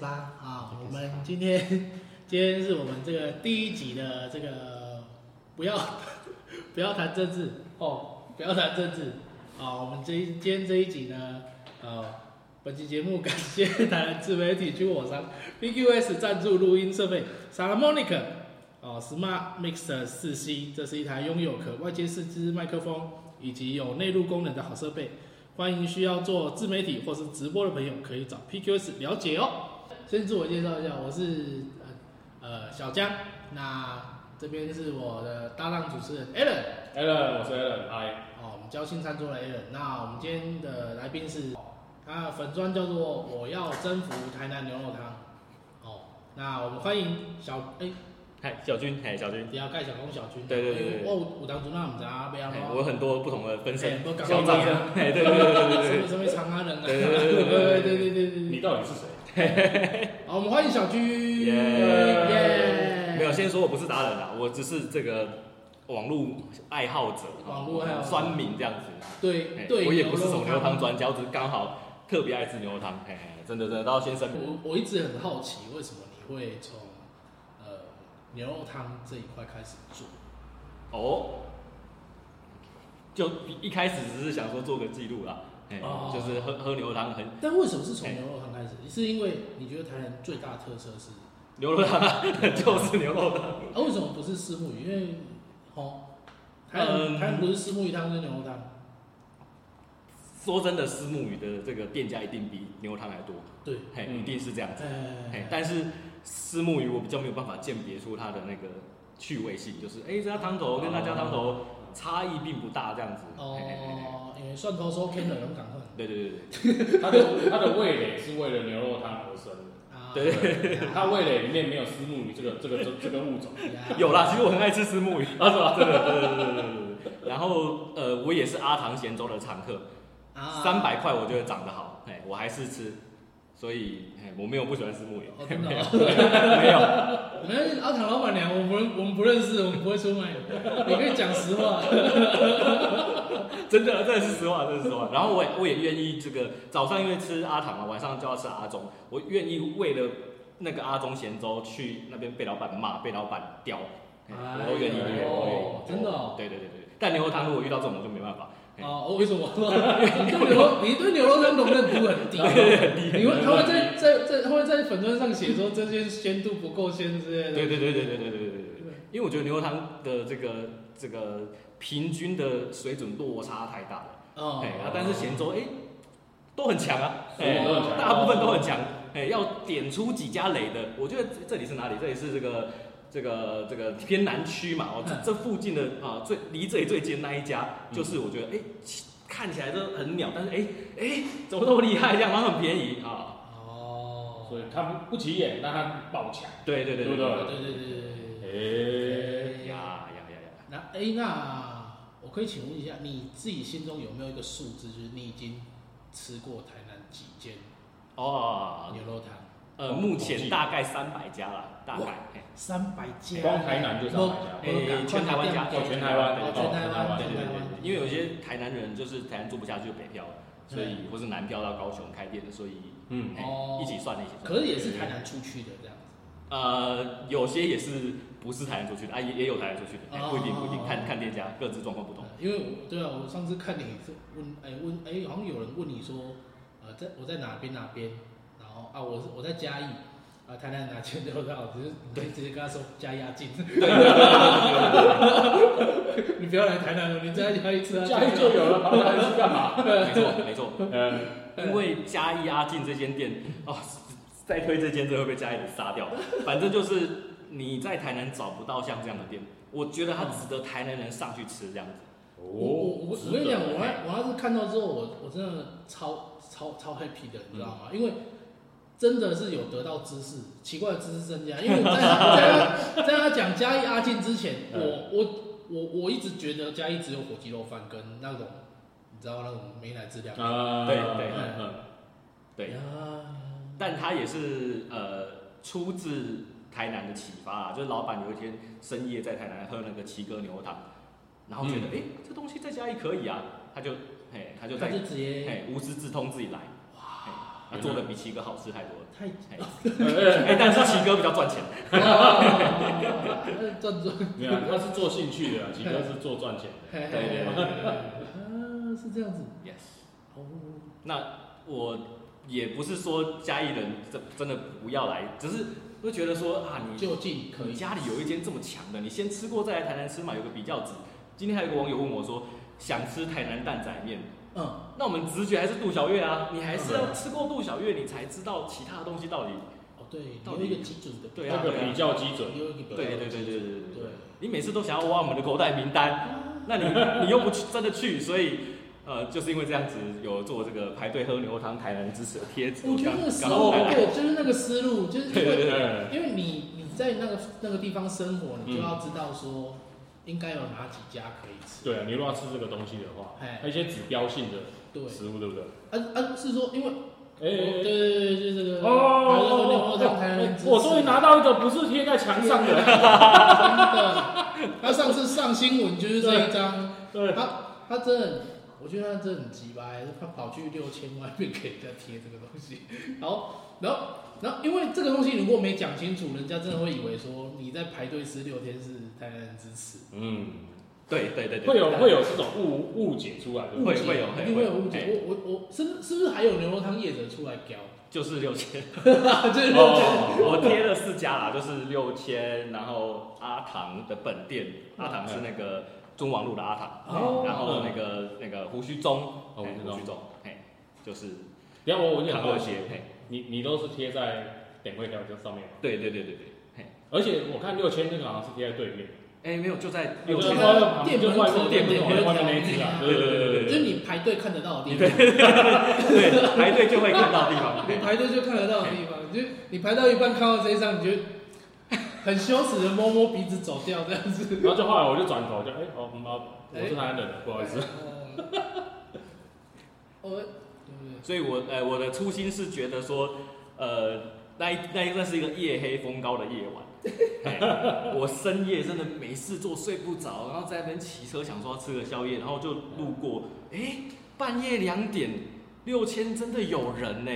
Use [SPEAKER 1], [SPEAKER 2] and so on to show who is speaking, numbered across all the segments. [SPEAKER 1] 吧啊！我们今天 今天是我们这个第一集的这个不要 不要谈政治哦，不要谈政治啊！我们这一今天这一集呢，呃，本期节目感谢台湾自媒体军火商 BQS 赞助录音设备 Salomonic 哦 Smart Mixer 四 C，这是一台拥有可外接四支麦克风以及有内录功能的好设备。欢迎需要做自媒体或是直播的朋友，可以找 PQS 了解哦。先自我介绍一下，我是呃呃小江，那这边是我的搭档主持人 Alan，
[SPEAKER 2] Alan，我是 Alan，嗨，
[SPEAKER 1] 哦，我们交心餐桌的 Alan。那我们今天的来宾是，哦他的粉砖叫做我要征服台南牛肉汤。哦，那我们欢迎小哎，
[SPEAKER 2] 嗨，小军，嗨，小军，
[SPEAKER 1] 你要盖小工小军，
[SPEAKER 2] 对对对对
[SPEAKER 1] 因为我有当初那唔知道要安
[SPEAKER 2] 嗨，我有很多不同的分身，
[SPEAKER 1] 不敢
[SPEAKER 2] 嚣张的， 嗨，对对对对
[SPEAKER 1] 什
[SPEAKER 2] 对
[SPEAKER 1] 么什么长安人啊，
[SPEAKER 2] 对
[SPEAKER 1] 对 对
[SPEAKER 2] 对对
[SPEAKER 1] 对
[SPEAKER 2] 对
[SPEAKER 1] 对对对对。
[SPEAKER 3] 你到底是谁？
[SPEAKER 1] 好，我们欢迎小居。
[SPEAKER 2] 耶
[SPEAKER 1] 耶
[SPEAKER 2] 对，没有，先说我不是达人啊，我只是这个网络爱好者，
[SPEAKER 1] 网络爱好者
[SPEAKER 2] 酸民这样子，
[SPEAKER 1] 对
[SPEAKER 2] 哎
[SPEAKER 1] 对，
[SPEAKER 2] 我也不是什么牛
[SPEAKER 1] 肉
[SPEAKER 2] 肉汤专家，我只是刚好特别爱吃牛肉汤，哎，真的真的，到先生，
[SPEAKER 1] 我我一直很好奇，为什么你会从呃牛肉汤这一块开始做？
[SPEAKER 2] 哦，就一开始只是想说做个记录啦，哎
[SPEAKER 1] 哦，
[SPEAKER 2] 就是喝喝牛肉汤很
[SPEAKER 1] 但为什么是从
[SPEAKER 2] 哎
[SPEAKER 1] 牛肉汤开始？是因为你觉得台南最大的特色是？
[SPEAKER 2] 牛肉汤 啊，就是牛肉汤。
[SPEAKER 1] 啊，为什么不是虱目鱼？因为哦，台南
[SPEAKER 2] 嗯
[SPEAKER 1] 台南不是虱目鱼汤，就是牛肉汤。
[SPEAKER 2] 说真的，虱目鱼的这个店家一定比牛肉汤还多，
[SPEAKER 1] 对，
[SPEAKER 2] 嘿，
[SPEAKER 3] 嗯
[SPEAKER 2] 一定是这样子。嘿
[SPEAKER 1] 哎，，
[SPEAKER 2] 但是虱目鱼我比较没有办法鉴别出它的那个趣味性，就是哎、这家汤头跟那家汤头差异并不大这样子。嘿嘿嘿嘿
[SPEAKER 1] 哦哦，因为蒜头说 K 的人赶快。
[SPEAKER 2] 对对对对对，
[SPEAKER 3] 他的他的味蕾是为了牛肉汤而生的，
[SPEAKER 1] 啊
[SPEAKER 2] 对
[SPEAKER 3] 他味蕾里面没有丝木鱼这个这个这这个物种。
[SPEAKER 1] 呀
[SPEAKER 2] 有啦，其实我很爱吃虱目鱼，啊是吧？对对对对对对对对。然后呃，我也是阿唐咸粥的常客，
[SPEAKER 1] 啊
[SPEAKER 2] 三百块我觉得涨得好，哎，我还是吃，所以哎我没有不喜欢虱目鱼，
[SPEAKER 1] 哦，真的哦。
[SPEAKER 2] 没有。
[SPEAKER 1] 我们阿唐老板娘，我们不认我们不认识，我们不会出卖你，你可以讲实话。
[SPEAKER 2] 真的，真的是实话，真的是实话。然后我也我也愿意这个早上因为吃阿唐嘛，晚上就要吃阿中，我愿意为了那个阿中咸粥去那边被老板骂，被老板刁，哎我都愿意，
[SPEAKER 3] 哎
[SPEAKER 2] 对
[SPEAKER 3] 呦
[SPEAKER 2] 我愿意。
[SPEAKER 1] 真的哦
[SPEAKER 2] 对对对对。但牛肉汤如果遇到这种，我就没办法。哎
[SPEAKER 1] 哦，我为什么？你对牛肉，你对牛肉汤容忍度很低。哦 你会，他会在在在，他会在粉砖上写说这些鲜度不够鲜之类的。
[SPEAKER 2] 对对对对对对对对对对。因为我觉得牛肉汤的这个这个平均的水准落差太大了。
[SPEAKER 1] 哦
[SPEAKER 2] 哎、啊，但是咸粥哎都很强啊，哎、
[SPEAKER 3] 都很强
[SPEAKER 2] 大部分都很强，哎、要点出几家雷的，我觉得这这里是哪里？这里是这个这个这个偏南区嘛，哦，这
[SPEAKER 1] 嗯
[SPEAKER 2] 这附近的啊最离这里最近那一家，就是我觉得哎、其看起来都很鸟，但是哎哎、怎么那么厉害，这样然后很便宜啊，
[SPEAKER 1] 哦，
[SPEAKER 3] 所以他不不起眼，但他爆强。
[SPEAKER 2] 对对对
[SPEAKER 3] 对不
[SPEAKER 2] 对
[SPEAKER 3] 对
[SPEAKER 1] 对对对对
[SPEAKER 3] 诶，
[SPEAKER 1] 对。
[SPEAKER 2] 呀呀呀呀，
[SPEAKER 1] 那哎，那我可以请问一下，你自己心中有没有一个数字，就是你已经吃过台南几间
[SPEAKER 2] 哦，
[SPEAKER 1] 牛肉汤？
[SPEAKER 2] 呃，目前大概三百家了，大概。
[SPEAKER 1] 哇
[SPEAKER 2] 哎
[SPEAKER 1] 三百家，哦
[SPEAKER 3] 光台南就上百家
[SPEAKER 1] 我
[SPEAKER 2] 诶
[SPEAKER 1] 我赶快
[SPEAKER 2] 全台湾加
[SPEAKER 1] 点
[SPEAKER 3] 哦全台湾
[SPEAKER 1] 哦全台湾，
[SPEAKER 2] 对
[SPEAKER 1] 全
[SPEAKER 2] 对
[SPEAKER 1] 台
[SPEAKER 2] 对
[SPEAKER 1] 湾，，
[SPEAKER 2] 因为有些台南人就是台南住不下去就北漂，所以或是南漂到高雄开店的，所以
[SPEAKER 3] 嗯，
[SPEAKER 2] 哎
[SPEAKER 1] 嗯哦
[SPEAKER 2] 一起算一起算。
[SPEAKER 1] 可是也是台南出去的这样子。
[SPEAKER 2] 呃，有些也是不是台南出去的，啊也也有台南出去的，哎不一定不
[SPEAKER 1] 哦
[SPEAKER 2] 一定，看看店家各自状况 不同。
[SPEAKER 1] 因为我对啊，我上次看你是问哎问哎，好像有人问你说，呃，在我在哪边哪边，然后啊我是我在嘉义。啊，台南哪间 都让，只是你可以直接跟他说加压进， 你不要来台南了，你在嘉义吃啊，
[SPEAKER 3] 嘉义就有了，跑台南去干嘛？
[SPEAKER 2] 没错没错，
[SPEAKER 3] 嗯，
[SPEAKER 2] 因为嘉义阿进这间店哦， 再推这间真的会被嘉义人杀掉。反正就是你在台南找不到像这样的店，我觉得它值得台南人上去吃这样子。
[SPEAKER 1] 我我我我跟你讲，
[SPEAKER 2] 欸
[SPEAKER 3] 值得
[SPEAKER 1] 我要我要是看到之后，我我真的超超超 happy 的，你知道吗？
[SPEAKER 2] 嗯
[SPEAKER 1] 因为真的是有得到知识，奇怪的知识增加。因为在他在 他在他讲嘉义阿进之前，
[SPEAKER 3] 嗯
[SPEAKER 1] 我我我我一直觉得嘉义只有火鸡肉饭跟那种你知道那种美乃滋料。
[SPEAKER 3] 啊，
[SPEAKER 2] 对对
[SPEAKER 3] 嗯
[SPEAKER 2] 对，
[SPEAKER 1] 啊，
[SPEAKER 2] 但他也是呃出自台南的启发啊啦，就是老板有一天深夜在台南喝那个七哥牛肉汤，然后觉得哎、诶这东西在家里可以啊，他就嘿他就
[SPEAKER 1] 他
[SPEAKER 2] 在
[SPEAKER 1] 就直接
[SPEAKER 2] 嘿无师自通自己来，哇，他做的比奇哥好吃太多了。
[SPEAKER 1] 太
[SPEAKER 3] 哎
[SPEAKER 2] 哎，但是奇哥比较赚钱，
[SPEAKER 1] 哦 赚赚，
[SPEAKER 3] 没有啊，他是做兴趣的啊，奇哥是做赚钱的。
[SPEAKER 1] 对
[SPEAKER 2] 对对
[SPEAKER 1] 啊，是这样子
[SPEAKER 2] Yes，
[SPEAKER 1] 哦，
[SPEAKER 2] 那我也不是说嘉义人真真的不要来，只是会觉得说啊，你
[SPEAKER 1] 就近可
[SPEAKER 2] 你
[SPEAKER 1] 以，
[SPEAKER 2] 家里有一间这么强的，你先吃过再来台南吃嘛，有个比较值。今天还有一个网友问我说，想吃台南蛋仔面，
[SPEAKER 1] 嗯，
[SPEAKER 2] 那我们直觉还是杜小月啊，你还是要吃过杜小月，你才知道其他东西到底。
[SPEAKER 1] 哦对，
[SPEAKER 2] 到
[SPEAKER 1] 有
[SPEAKER 2] 底
[SPEAKER 1] 一个基准的，
[SPEAKER 2] 对
[SPEAKER 3] 那
[SPEAKER 2] 啊，
[SPEAKER 3] 个
[SPEAKER 2] 对
[SPEAKER 3] 比
[SPEAKER 2] 啊，
[SPEAKER 3] 较基准，
[SPEAKER 1] 有一个
[SPEAKER 2] 对对对对对对
[SPEAKER 1] 对啊
[SPEAKER 2] 对。你每次都想要挖我们的口袋名单， 那你你又不去真的去，所以呃，就是因为这样子有做这个排队喝牛肉汤台南支持的贴纸，
[SPEAKER 1] 我觉得
[SPEAKER 2] 刚
[SPEAKER 1] 那个思
[SPEAKER 2] 刚好
[SPEAKER 1] 路，
[SPEAKER 2] 带来
[SPEAKER 1] 对，就是那个思路，就是因
[SPEAKER 2] 对对
[SPEAKER 1] 为
[SPEAKER 2] 对嗯
[SPEAKER 3] 对，
[SPEAKER 1] 因为你你在那个那个地方生活，你就要知道说应该有哪几家可以吃，
[SPEAKER 3] 对啊，你如果要吃这个东西的话，
[SPEAKER 1] 哎
[SPEAKER 3] 它一些指标性的
[SPEAKER 1] 对，
[SPEAKER 3] 食物，对不对？
[SPEAKER 1] 啊啊是说因为对对
[SPEAKER 3] 哎
[SPEAKER 1] 对，
[SPEAKER 3] 哎
[SPEAKER 1] 就是这个
[SPEAKER 3] 哎，
[SPEAKER 1] 台
[SPEAKER 3] 哦
[SPEAKER 1] 湾牛肉
[SPEAKER 3] 哦
[SPEAKER 1] 汤台
[SPEAKER 3] 哎
[SPEAKER 1] 湾，
[SPEAKER 3] 我终于拿
[SPEAKER 1] 到
[SPEAKER 3] 到一个不是贴在墙 上的，
[SPEAKER 1] 他上次上新闻就是这一张，
[SPEAKER 3] 对，
[SPEAKER 1] 他他真的很，我觉得他真的很鸡掰，他跑去六千外面给人家贴这个东西，然后然后然后因为这个东西如果没讲清楚，人家真的会以为说你在排队吃六天是台南支持。
[SPEAKER 3] 嗯，
[SPEAKER 2] 对对对对，
[SPEAKER 3] 会有会有这种误误解出来的，
[SPEAKER 1] 误
[SPEAKER 2] 会
[SPEAKER 1] 解
[SPEAKER 2] 会有
[SPEAKER 1] 一定会有误
[SPEAKER 2] 会
[SPEAKER 1] 解。我我我是是不是还有牛肉汤业者出来 屌？
[SPEAKER 2] 就是六千，
[SPEAKER 1] 就是六千
[SPEAKER 3] 哦，
[SPEAKER 2] 我贴了四家啦，就是六千，然后阿唐的本店，阿唐是那个中王路的阿唐，
[SPEAKER 1] 嗯哦
[SPEAKER 2] 然后那个那个胡须宗，
[SPEAKER 3] 哦胡
[SPEAKER 2] 哎
[SPEAKER 3] 须
[SPEAKER 2] 胡
[SPEAKER 3] 宗
[SPEAKER 2] 须宗，哎，就是
[SPEAKER 3] 然后我我就很
[SPEAKER 2] 唐
[SPEAKER 3] 好
[SPEAKER 2] 二
[SPEAKER 3] 奇，
[SPEAKER 2] 鞋，嘿，
[SPEAKER 3] 你你都是贴在点位条这上面吗，
[SPEAKER 2] 对对对对对，嘿，
[SPEAKER 3] 而且我看六千那个好像是贴在对面，
[SPEAKER 2] 哎没有就在
[SPEAKER 3] 就
[SPEAKER 2] 六
[SPEAKER 3] 是
[SPEAKER 2] 千，
[SPEAKER 3] 说
[SPEAKER 1] 店
[SPEAKER 3] 就
[SPEAKER 1] 门
[SPEAKER 3] 外
[SPEAKER 1] 口
[SPEAKER 3] 面店
[SPEAKER 2] 店
[SPEAKER 3] 门
[SPEAKER 2] 门
[SPEAKER 1] 口
[SPEAKER 3] 口外面那一只啊，
[SPEAKER 2] 对对对对对
[SPEAKER 1] 就是你排队看得到的地
[SPEAKER 2] 对
[SPEAKER 1] 方，
[SPEAKER 2] 对，排队就会看到的地方，
[SPEAKER 1] 你
[SPEAKER 2] 嘿
[SPEAKER 1] 排队就看得到的地方，你就你排到一半看到这一张，你就 很羞耻的摸摸鼻子走掉这样子。
[SPEAKER 3] 然后就后来我就转头就哎哦嗯哦，我是台南人，不好意思，
[SPEAKER 1] 哦。 我对不
[SPEAKER 2] 所以我呃我的初心是觉得说，呃，那一那一那是一个夜黑风高的夜晚，哎我深夜真的没事做，睡不着，然后在那边骑车想说要吃个宵夜，然后就路过，哎、半夜两点，六千真的有人呢、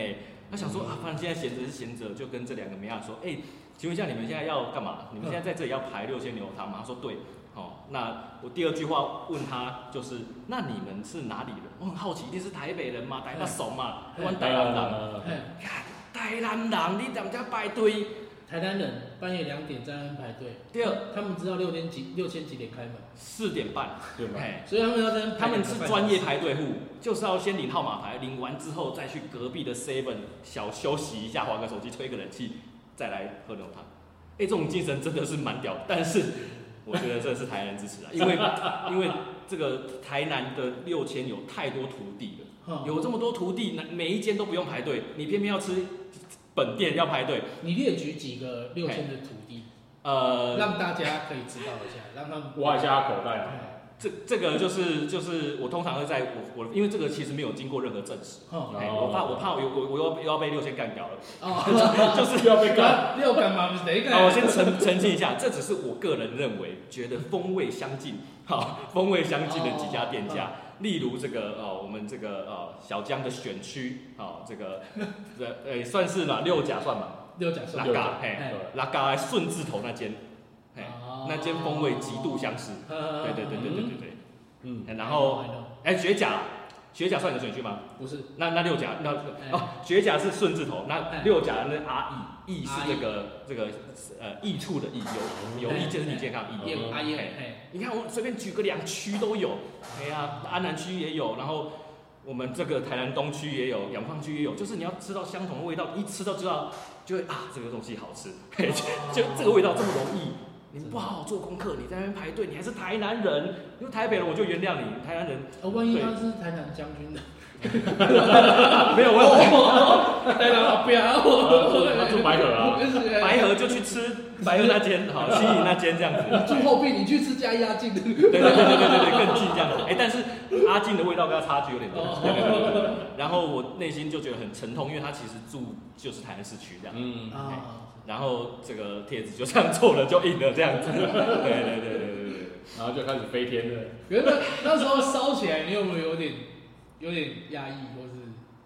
[SPEAKER 2] 那想说啊，反正现在闲着是闲着，就跟这两个美亚说，哎、请问一下你们现在要干嘛？你们现在在这里要排六千牛肉汤吗？他说对。哦，那我第二句话问他就是，那你们是哪里人？我很好奇，一定是台北人嘛，台北熟嘛，
[SPEAKER 1] 嗯
[SPEAKER 2] 我们台南人。
[SPEAKER 1] 对？哎
[SPEAKER 2] 看台南人，你怎么这排队？
[SPEAKER 1] 台南人半夜两点在那边排队，
[SPEAKER 2] 第二
[SPEAKER 1] 他们知道六点几六千几点开门，
[SPEAKER 2] 四点半，
[SPEAKER 3] 对吧？
[SPEAKER 2] 哎，
[SPEAKER 1] 所以他们要在那边排
[SPEAKER 2] 他们
[SPEAKER 1] 两个
[SPEAKER 2] 是
[SPEAKER 1] 半
[SPEAKER 2] 专业
[SPEAKER 1] 小时
[SPEAKER 2] 排队户，就是要先领号码牌，领完之后再去隔壁的 Seven 小休息一下，划个手机，吹个冷气，再来喝牛汤。哎、这种精神真的是蛮屌，但是我觉得这是台南支持啊，因为因为这个台南的六千有太多徒弟了，
[SPEAKER 1] 哈
[SPEAKER 2] 有这么多徒弟，那每一间都不用排队，你偏偏要吃本店要排队，
[SPEAKER 1] 你列举几个六千的土地，
[SPEAKER 2] 呃，
[SPEAKER 1] 让大家可以知道一下，让他们
[SPEAKER 3] 挖一下他口袋嘛，
[SPEAKER 1] 哎
[SPEAKER 2] 这这个就是就是我通常会在我我因为这个其实没有经过任何证实，
[SPEAKER 1] 哦
[SPEAKER 2] 哎，我怕我怕我又我我又又要被六千干掉了。
[SPEAKER 1] 哦，
[SPEAKER 3] 就是要被 干，
[SPEAKER 1] 六干嘛？谁
[SPEAKER 2] 啊，我
[SPEAKER 1] 干？
[SPEAKER 2] 先澄澄清一下，这只是我个人认为觉得风味相近，好风味相近的几家店
[SPEAKER 1] 哦
[SPEAKER 2] 家，例如这个呃我们这个呃小江的选区，啊、这个呃呃算是吧六甲算吧，
[SPEAKER 1] 六甲算
[SPEAKER 2] 拉
[SPEAKER 3] 六甲
[SPEAKER 2] 嘎嘿
[SPEAKER 1] 哎
[SPEAKER 3] 对
[SPEAKER 2] 拉嘎顺治头那间，嘿
[SPEAKER 1] 哦
[SPEAKER 2] 那间风味极度相似，对对对对对对
[SPEAKER 3] 嗯，
[SPEAKER 2] 对，然后
[SPEAKER 1] I know，I
[SPEAKER 2] 哎学甲学甲算你的选区吗？
[SPEAKER 1] know，不是
[SPEAKER 2] 那那六甲那
[SPEAKER 1] 哎
[SPEAKER 2] 哦，学甲是顺字头，那
[SPEAKER 1] 哎
[SPEAKER 2] 六甲那阿益益是
[SPEAKER 1] 阿益
[SPEAKER 2] 这个这个呃益处的益，有有益健身体健康益。
[SPEAKER 1] 叶
[SPEAKER 3] 嗯
[SPEAKER 1] 阿叶，哎，
[SPEAKER 2] 你看我随便举个两区都有，哎呀，安南区也有，然后我们这个台南东区也有，阳康区也有，就是你要吃到相同的味道，一吃到知道就会啊这个东西好吃， 嘿就就这个味道这么容易。你不好好做功课，你在那边排队，你还是台南人，因为台北人我就原谅你，台南人
[SPEAKER 1] 呃万一他是台南将军的，
[SPEAKER 2] 啊没有问题。
[SPEAKER 1] 台南啊不要，
[SPEAKER 3] 他住白河啊，
[SPEAKER 2] 白河就去吃白河那间，好，西营那间这样子。
[SPEAKER 1] 住后壁，你去吃加压境的，
[SPEAKER 2] 对对对对对对对，更近这样子。哎、但是阿静的味道跟他差距有点大。对对对对对然后我内心就觉得很沉痛，因为他其实住就是台南市区这样。
[SPEAKER 3] 嗯，
[SPEAKER 1] 啊，
[SPEAKER 2] 然后这个帖子就这样做了，就印了这样子。对对对对对对。
[SPEAKER 3] 然后就开始飞天了，
[SPEAKER 1] 原来那时候烧起来，你有没有有点有点压抑，或是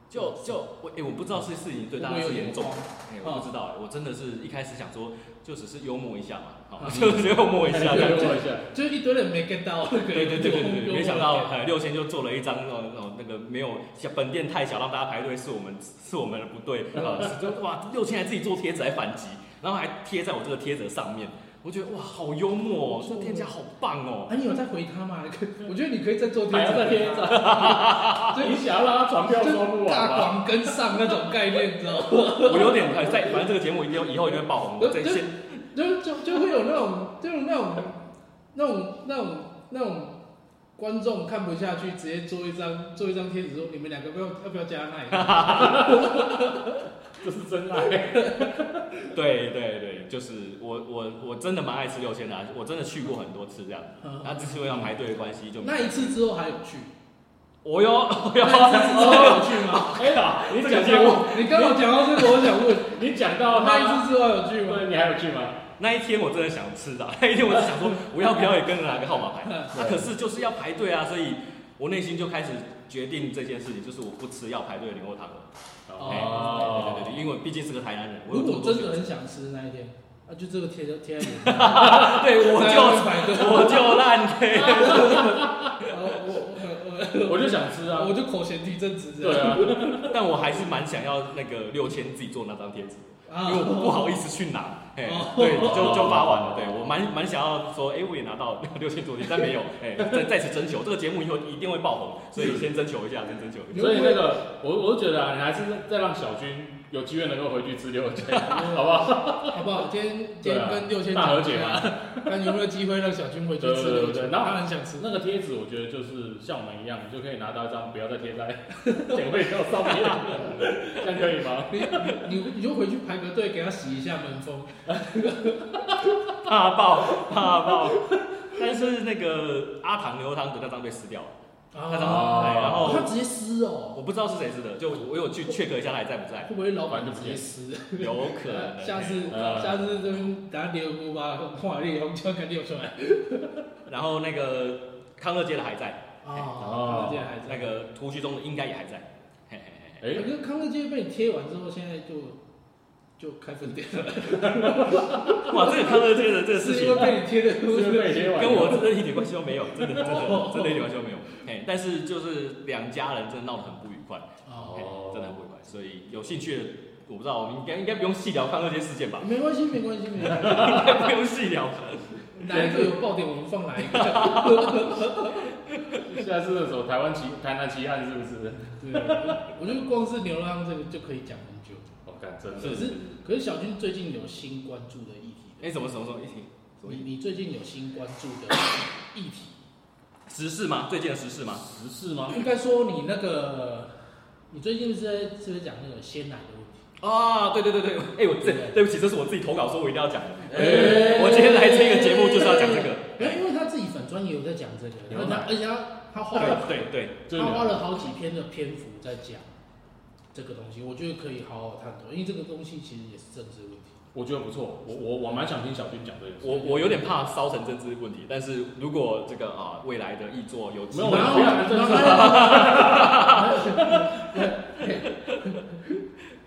[SPEAKER 2] 就就我哎、我不知道是事情对大家是严重，哎、我不知道、哎我真的是一开始想说就只是幽默一下嘛，好，
[SPEAKER 3] 嗯
[SPEAKER 2] 就幽默一下这样
[SPEAKER 3] 对
[SPEAKER 2] 子。
[SPEAKER 3] 我一下，
[SPEAKER 1] 就是一堆人没 get 到那个，啊
[SPEAKER 2] 对对对对对对，没想 到呃六千就做了一张那种那种那个没有小本店太小让大家排队是我们是我们的不对啊，就哇六千还自己做贴纸来反击，然后还贴在我这个贴纸上面，我觉得哇好幽默哦，这店家好棒哦，
[SPEAKER 1] 啊，你有在回他吗？我觉得你可以再做
[SPEAKER 3] 还
[SPEAKER 1] 贴
[SPEAKER 3] 要再贴一
[SPEAKER 1] 纸，
[SPEAKER 3] 张，
[SPEAKER 1] 就
[SPEAKER 3] 啊你想要让他传票收入
[SPEAKER 1] 大
[SPEAKER 3] 啊吧？
[SPEAKER 1] 广跟上那种概念，你知道吗？
[SPEAKER 2] 我有点呃在反正这个节目一定要以后一定会爆红，我在线
[SPEAKER 1] 就就就会有那种，就是那种那种那种那种观众看不下去，直接做一张做一张贴纸说你们两个不要要不要加奈？
[SPEAKER 3] 这是真爱，
[SPEAKER 2] 对对对，就是我我我真的蛮爱吃六千的啊，我真的去过很多次这样，
[SPEAKER 1] 嗯
[SPEAKER 2] 那只是因为要排队的关系就没
[SPEAKER 1] 那一次之后还有去？
[SPEAKER 2] 我有我有
[SPEAKER 1] 那一次之后还有去 吗？
[SPEAKER 3] 哎呀，你讲
[SPEAKER 1] 结
[SPEAKER 3] 到
[SPEAKER 1] 果你刚刚讲到这个，我想 问，
[SPEAKER 3] 你讲到
[SPEAKER 1] 那
[SPEAKER 3] 他，
[SPEAKER 1] 一次之后还有去吗？
[SPEAKER 3] 对，你还有去吗？
[SPEAKER 2] 那一天我真的想吃的， 那一天我就想说，我要不要也跟着拿个号码牌？
[SPEAKER 1] 嗯
[SPEAKER 2] 那、可是就是要排队啊，所以我内心就开始决定这件事情，就是我不吃要排队的牛肉汤了。
[SPEAKER 3] 哦
[SPEAKER 2] 对对对对，因为我毕竟是个台南人，我有
[SPEAKER 1] 如
[SPEAKER 2] 这么
[SPEAKER 1] 果
[SPEAKER 2] 多
[SPEAKER 1] 真
[SPEAKER 2] 选
[SPEAKER 1] 的
[SPEAKER 2] 择，
[SPEAKER 1] 很想吃那一天，啊，就这个贴贴在脸上，
[SPEAKER 2] 对我就
[SPEAKER 1] 百个，
[SPEAKER 2] 我就烂对。
[SPEAKER 1] 我我
[SPEAKER 3] 我就想吃
[SPEAKER 1] 我
[SPEAKER 3] 啊，
[SPEAKER 1] 我就口嫌体正直这
[SPEAKER 3] 对
[SPEAKER 1] 样。
[SPEAKER 3] 啊，
[SPEAKER 2] 但我还是蛮想要那个六千自己做那张贴纸，因
[SPEAKER 1] 啊
[SPEAKER 2] 为我不好意思去拿，哎、
[SPEAKER 1] 哦
[SPEAKER 2] 对，就就发完了。对我蛮蛮想要说，哎、我也拿到 六千多贴，但没有，哎、再再次征求这个节目以后一定会爆红，所以先征求一下，先征求一下。
[SPEAKER 3] 所以那个我我就觉得啊，你还是再让小军有机会能够回去吃六千，
[SPEAKER 1] 嗯
[SPEAKER 3] 好不好？
[SPEAKER 1] 好不好？今天今
[SPEAKER 3] 对
[SPEAKER 1] 天
[SPEAKER 3] 啊
[SPEAKER 1] 跟六千
[SPEAKER 3] 大和解嘛
[SPEAKER 1] 嘛，看有没有机会让小军回去
[SPEAKER 3] 对
[SPEAKER 1] 吃
[SPEAKER 3] 对
[SPEAKER 1] 六
[SPEAKER 3] 对
[SPEAKER 1] 千，
[SPEAKER 3] 对然后
[SPEAKER 1] 他很想吃。
[SPEAKER 3] 那个贴纸，我觉得就是像我们一样，你就可以拿到一张，不要再贴在 点位票上面，这样可以吗？
[SPEAKER 1] 你你你就回去排个队，给他洗一下门风。
[SPEAKER 2] 怕爆，怕爆。但是那个阿唐牛肉汤的那张被撕掉了，那张、
[SPEAKER 3] 哦
[SPEAKER 2] 哎，然
[SPEAKER 1] 哦
[SPEAKER 2] 后
[SPEAKER 1] 他直接撕哦，
[SPEAKER 2] 我不知道是谁撕的，就我有去 check 一下他还在不在，
[SPEAKER 1] 会不会老板就直接撕？
[SPEAKER 2] 有可能。
[SPEAKER 1] 下次
[SPEAKER 3] 呃
[SPEAKER 1] 下次这边打猎物吧，看你红椒给溜出来。
[SPEAKER 2] 然后那个康乐街的还在，
[SPEAKER 1] 哦，康乐街还在
[SPEAKER 2] 那个图区中的应该也还在。 嘿嘿嘿嘿
[SPEAKER 3] 哎、
[SPEAKER 1] 我觉得康乐街被你贴完之后，现在就就开分店了，
[SPEAKER 2] 哇，这个康乐街的这个事
[SPEAKER 1] 是
[SPEAKER 2] 情
[SPEAKER 1] 因为，被你贴的，
[SPEAKER 3] 是被贴完
[SPEAKER 2] 跟我真的一点关系都没有，真的真的真的一点关系都没有。嘿，但是就是两家人真的闹得很不愉快，
[SPEAKER 1] 哦，
[SPEAKER 2] 嘿
[SPEAKER 3] 哦
[SPEAKER 2] 真的很不愉快。所以有兴趣的，我不知道，我们应该应该不用细聊康乐街事件吧？
[SPEAKER 1] 没关系，没关系，没 关系，
[SPEAKER 2] 应该不用细聊。
[SPEAKER 1] 哪一个有爆点我们放哪一个。
[SPEAKER 3] 下次的时候，台湾奇台南奇案是不是？
[SPEAKER 1] 对，我觉得光是牛肉汤这个就可以讲很久。
[SPEAKER 3] 我看真的
[SPEAKER 1] 可是可是小军最近有新关注的议题，
[SPEAKER 2] 哎、什么什么什么一起？什么
[SPEAKER 1] 你
[SPEAKER 2] 议
[SPEAKER 1] 你最近有新关注的议题，
[SPEAKER 2] 时事吗？最近的时事吗？
[SPEAKER 3] 时事吗？
[SPEAKER 1] 应该说你那个你最近是在是不是讲那个鲜奶的问题？
[SPEAKER 2] 啊，对对对对，哎、我这对不起，这是我自己投稿说我一定要讲的。
[SPEAKER 3] 哎
[SPEAKER 2] 我今天来这个节目就是要讲这个。
[SPEAKER 1] 没有，因为他自己粉专也有在讲这个，然后他而且他他花了
[SPEAKER 2] 对对对，
[SPEAKER 3] 就是
[SPEAKER 1] 他花
[SPEAKER 3] 你
[SPEAKER 1] 了好几篇的篇幅在讲这个东西，我觉得可以好好探讨，因为这个东西其实也是政治问题。
[SPEAKER 3] 我觉得不错，我我我蛮想听小军讲这个。
[SPEAKER 2] 我我有点怕烧成政治问题，但是如果这个啊未来的译作有机
[SPEAKER 3] 没有
[SPEAKER 2] 会
[SPEAKER 3] 我
[SPEAKER 1] 然
[SPEAKER 3] 们
[SPEAKER 1] 后
[SPEAKER 3] 不要谈政治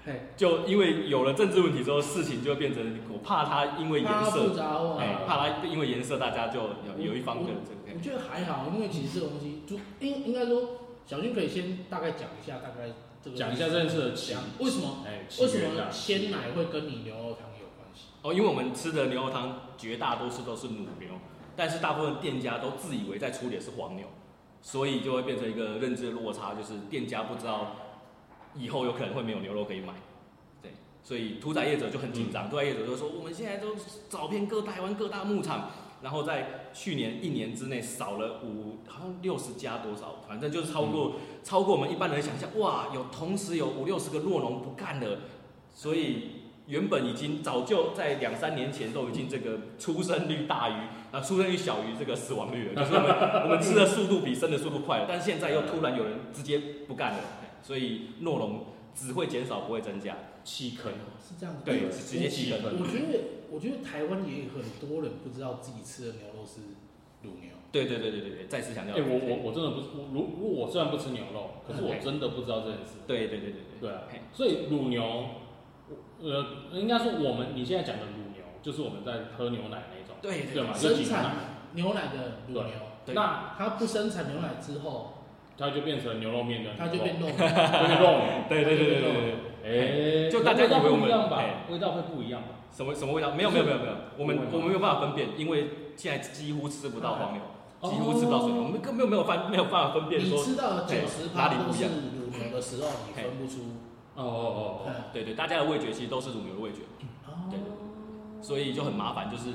[SPEAKER 1] 嘿
[SPEAKER 2] 就因为有了政治问题之后，事情就变成我怕它因为
[SPEAKER 1] 怕
[SPEAKER 2] 颜
[SPEAKER 1] 复
[SPEAKER 2] 色，
[SPEAKER 1] 杂化。
[SPEAKER 2] 哎、怕它因为颜色大家就有有一方的这
[SPEAKER 1] 我
[SPEAKER 2] 个。
[SPEAKER 1] 觉得还好，因为其实这东西就应应该说，小军可以先大概讲一下，大概这个
[SPEAKER 3] 讲一下这件事的起
[SPEAKER 1] 讲，为什么
[SPEAKER 3] 哎，
[SPEAKER 1] 为
[SPEAKER 3] 起
[SPEAKER 1] 什
[SPEAKER 3] 源啊
[SPEAKER 1] 么鲜奶会跟你牛肉汤有关系？
[SPEAKER 2] 哦，因为我们吃的牛肉汤绝大多数都是乳牛，但是大部分店家都自以为在处理的是黄牛，所以就会变成一个认知的落差，就是店家不知道以后有可能会没有牛肉可以买，对，所以屠宰业者就很紧张，屠宰业者就说我们现在都找遍各台湾各大牧场。然后在去年一年之内少了五，好像六十家多少，反正就是超过、超过我们一般人想象。哇，有同时有五六十个弱农不干了，所以原本已经早就在两三年前都已经这个出生率大于啊出生率小于这个死亡率了，就是我们我们吃的速度比生的速度快了，但现在又突然有人直接不干了，所以诺龙只会减少不会增加，
[SPEAKER 3] 弃坑，
[SPEAKER 1] 是这样子。
[SPEAKER 2] 对，是直接
[SPEAKER 3] 起
[SPEAKER 2] 起
[SPEAKER 3] 坑
[SPEAKER 2] 根。
[SPEAKER 1] 我觉得我觉得台湾也有很多人不知道自己吃的牛肉是
[SPEAKER 3] 乳牛。
[SPEAKER 2] 对对对对对对，再次强调。
[SPEAKER 3] 哎、我我我真的不是，我如如我虽然不吃牛肉，可是我
[SPEAKER 2] 嗯
[SPEAKER 3] 真的不知道这件事。
[SPEAKER 2] 对对对对
[SPEAKER 3] 对啊
[SPEAKER 2] 嘿，
[SPEAKER 3] 所以乳牛，我呃，应该说我们你现在讲的乳牛，就是我们在喝牛奶那种。
[SPEAKER 2] 对对
[SPEAKER 3] 对嘛，就
[SPEAKER 1] 生
[SPEAKER 3] 挤
[SPEAKER 1] 产
[SPEAKER 3] 奶，
[SPEAKER 1] 牛奶的乳牛，
[SPEAKER 2] 对
[SPEAKER 3] 那
[SPEAKER 1] 它不生产牛奶之后，
[SPEAKER 3] 它就变成牛肉面的，
[SPEAKER 1] 它就变
[SPEAKER 3] 肉，
[SPEAKER 1] 肉。
[SPEAKER 3] 就变肉牛。
[SPEAKER 2] 对对对对对对对，
[SPEAKER 3] 哎、
[SPEAKER 2] 就大家以为我们
[SPEAKER 3] 味道不一样吧
[SPEAKER 2] 哎？
[SPEAKER 3] 味道会不一样吧？
[SPEAKER 2] 什么什么味道？没有没有没有没有，我们
[SPEAKER 3] 不会吗
[SPEAKER 2] 我们没有办法分辨，因为现在几乎吃不到黄牛，
[SPEAKER 3] 哦
[SPEAKER 2] 几乎吃不到水牛，我们根本没有办没有办法分辨
[SPEAKER 1] 你
[SPEAKER 2] 啊说，
[SPEAKER 1] 吃到九十
[SPEAKER 2] 哪里
[SPEAKER 1] 趴都
[SPEAKER 2] 不一
[SPEAKER 1] 是
[SPEAKER 2] 样
[SPEAKER 1] 乳牛的时候，你分不出。
[SPEAKER 3] 哦哦哦
[SPEAKER 1] 嗯
[SPEAKER 2] 对对，大家的味觉其实都是乳牛的味觉，对
[SPEAKER 1] 哦
[SPEAKER 2] 所以就很麻烦，就是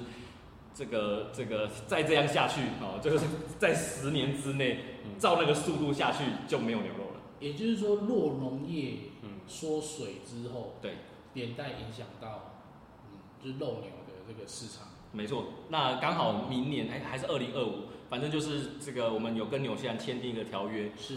[SPEAKER 2] 这个这个再这样下去哦，就是在十年之内
[SPEAKER 3] 嗯
[SPEAKER 2] 照那个速度下去就没有牛肉了，
[SPEAKER 1] 也就是说，弱农业
[SPEAKER 3] 嗯
[SPEAKER 1] 缩水之后，
[SPEAKER 2] 对。
[SPEAKER 1] 连带影响到，嗯，就是肉牛的这个市场。
[SPEAKER 2] 没错，那刚好明年哎还是二零二五，反正就是这个我们有跟纽西兰签订一个条约，
[SPEAKER 1] 是，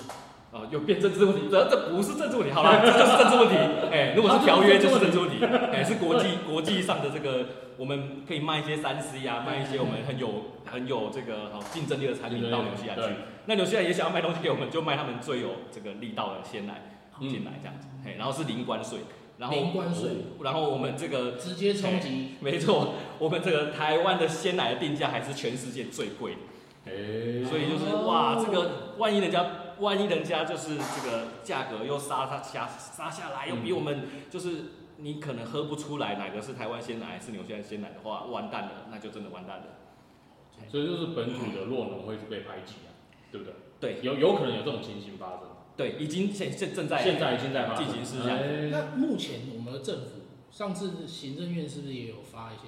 [SPEAKER 2] 呃，又变政治问题，这这不是政治问题，好了，这就是政治问题。哎，如果是条约就是政治问题，哎，是国际国际上的这个，我们可以卖一些三 C 啊，卖一些我们很有很有这个好竞争力的产品到纽西兰去
[SPEAKER 3] 对。
[SPEAKER 2] 那纽西兰也想要卖东西给我们，就卖他们最有这个力道的鲜奶进来这样子，哎，然后是零关税，然后哦
[SPEAKER 1] 零关税，
[SPEAKER 2] 然后我们这个
[SPEAKER 1] 直接冲击
[SPEAKER 2] 没错，我们这个台湾的鲜奶的定价还是全世界最贵的。
[SPEAKER 3] 哎、
[SPEAKER 2] 所以就是
[SPEAKER 1] 哦
[SPEAKER 2] 哇，这个万一人家万一人家就是这个价格又杀杀下杀下来，又比我们就是你可能喝不出来哪个是台湾鲜奶，还是纽西兰鲜奶的话，完蛋了，那就真的完蛋了。
[SPEAKER 3] 所以就是本土的弱农会是被排挤啊，对不对？
[SPEAKER 2] 对
[SPEAKER 3] 有有可能有这种情形发生，
[SPEAKER 2] 对，已经现现正在
[SPEAKER 3] 现在已经在发生
[SPEAKER 2] 进行式这样
[SPEAKER 3] 哎
[SPEAKER 1] 那目前我们的政府，上次行政院是不是也有发一些，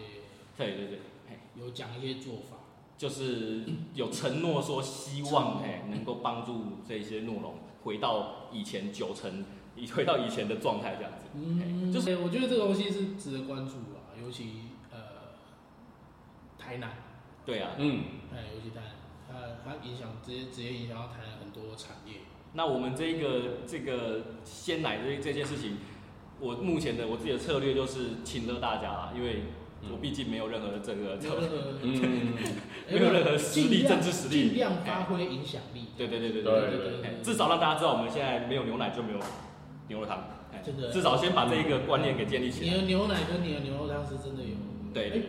[SPEAKER 2] 对对对，嘿
[SPEAKER 1] 有讲一些做法？
[SPEAKER 2] 就是有承诺说希望哎能够帮助这些诺农回到以前九成，以回到以前的状态这样子。
[SPEAKER 1] 嗯，
[SPEAKER 2] 就
[SPEAKER 1] 就是我觉得这个东西是值得关注啊，尤其呃，台南，
[SPEAKER 2] 对啊，
[SPEAKER 3] 嗯，
[SPEAKER 1] 哎，尤其台南，它它影响直接直接影响到台南很多产业。
[SPEAKER 2] 那我们这一个这个鲜奶这这件事情，我目前的我自己的策略就是请了大家啦，因为我毕竟没有任何这个
[SPEAKER 1] 嗯没有任何
[SPEAKER 3] 嗯，
[SPEAKER 2] 没有任何实力
[SPEAKER 1] 尽量
[SPEAKER 2] 政治实力哎
[SPEAKER 1] 尽量发挥影响力。
[SPEAKER 2] 对对对对
[SPEAKER 3] 对
[SPEAKER 2] 对，哎至少让大家知道我们现在没有牛奶就没有牛肉汤，哎
[SPEAKER 1] 真的
[SPEAKER 2] 至少先把这一个观念给建立起
[SPEAKER 1] 你
[SPEAKER 2] 来
[SPEAKER 1] 的。牛奶跟你的牛肉汤是真的有。哎
[SPEAKER 2] 对对对，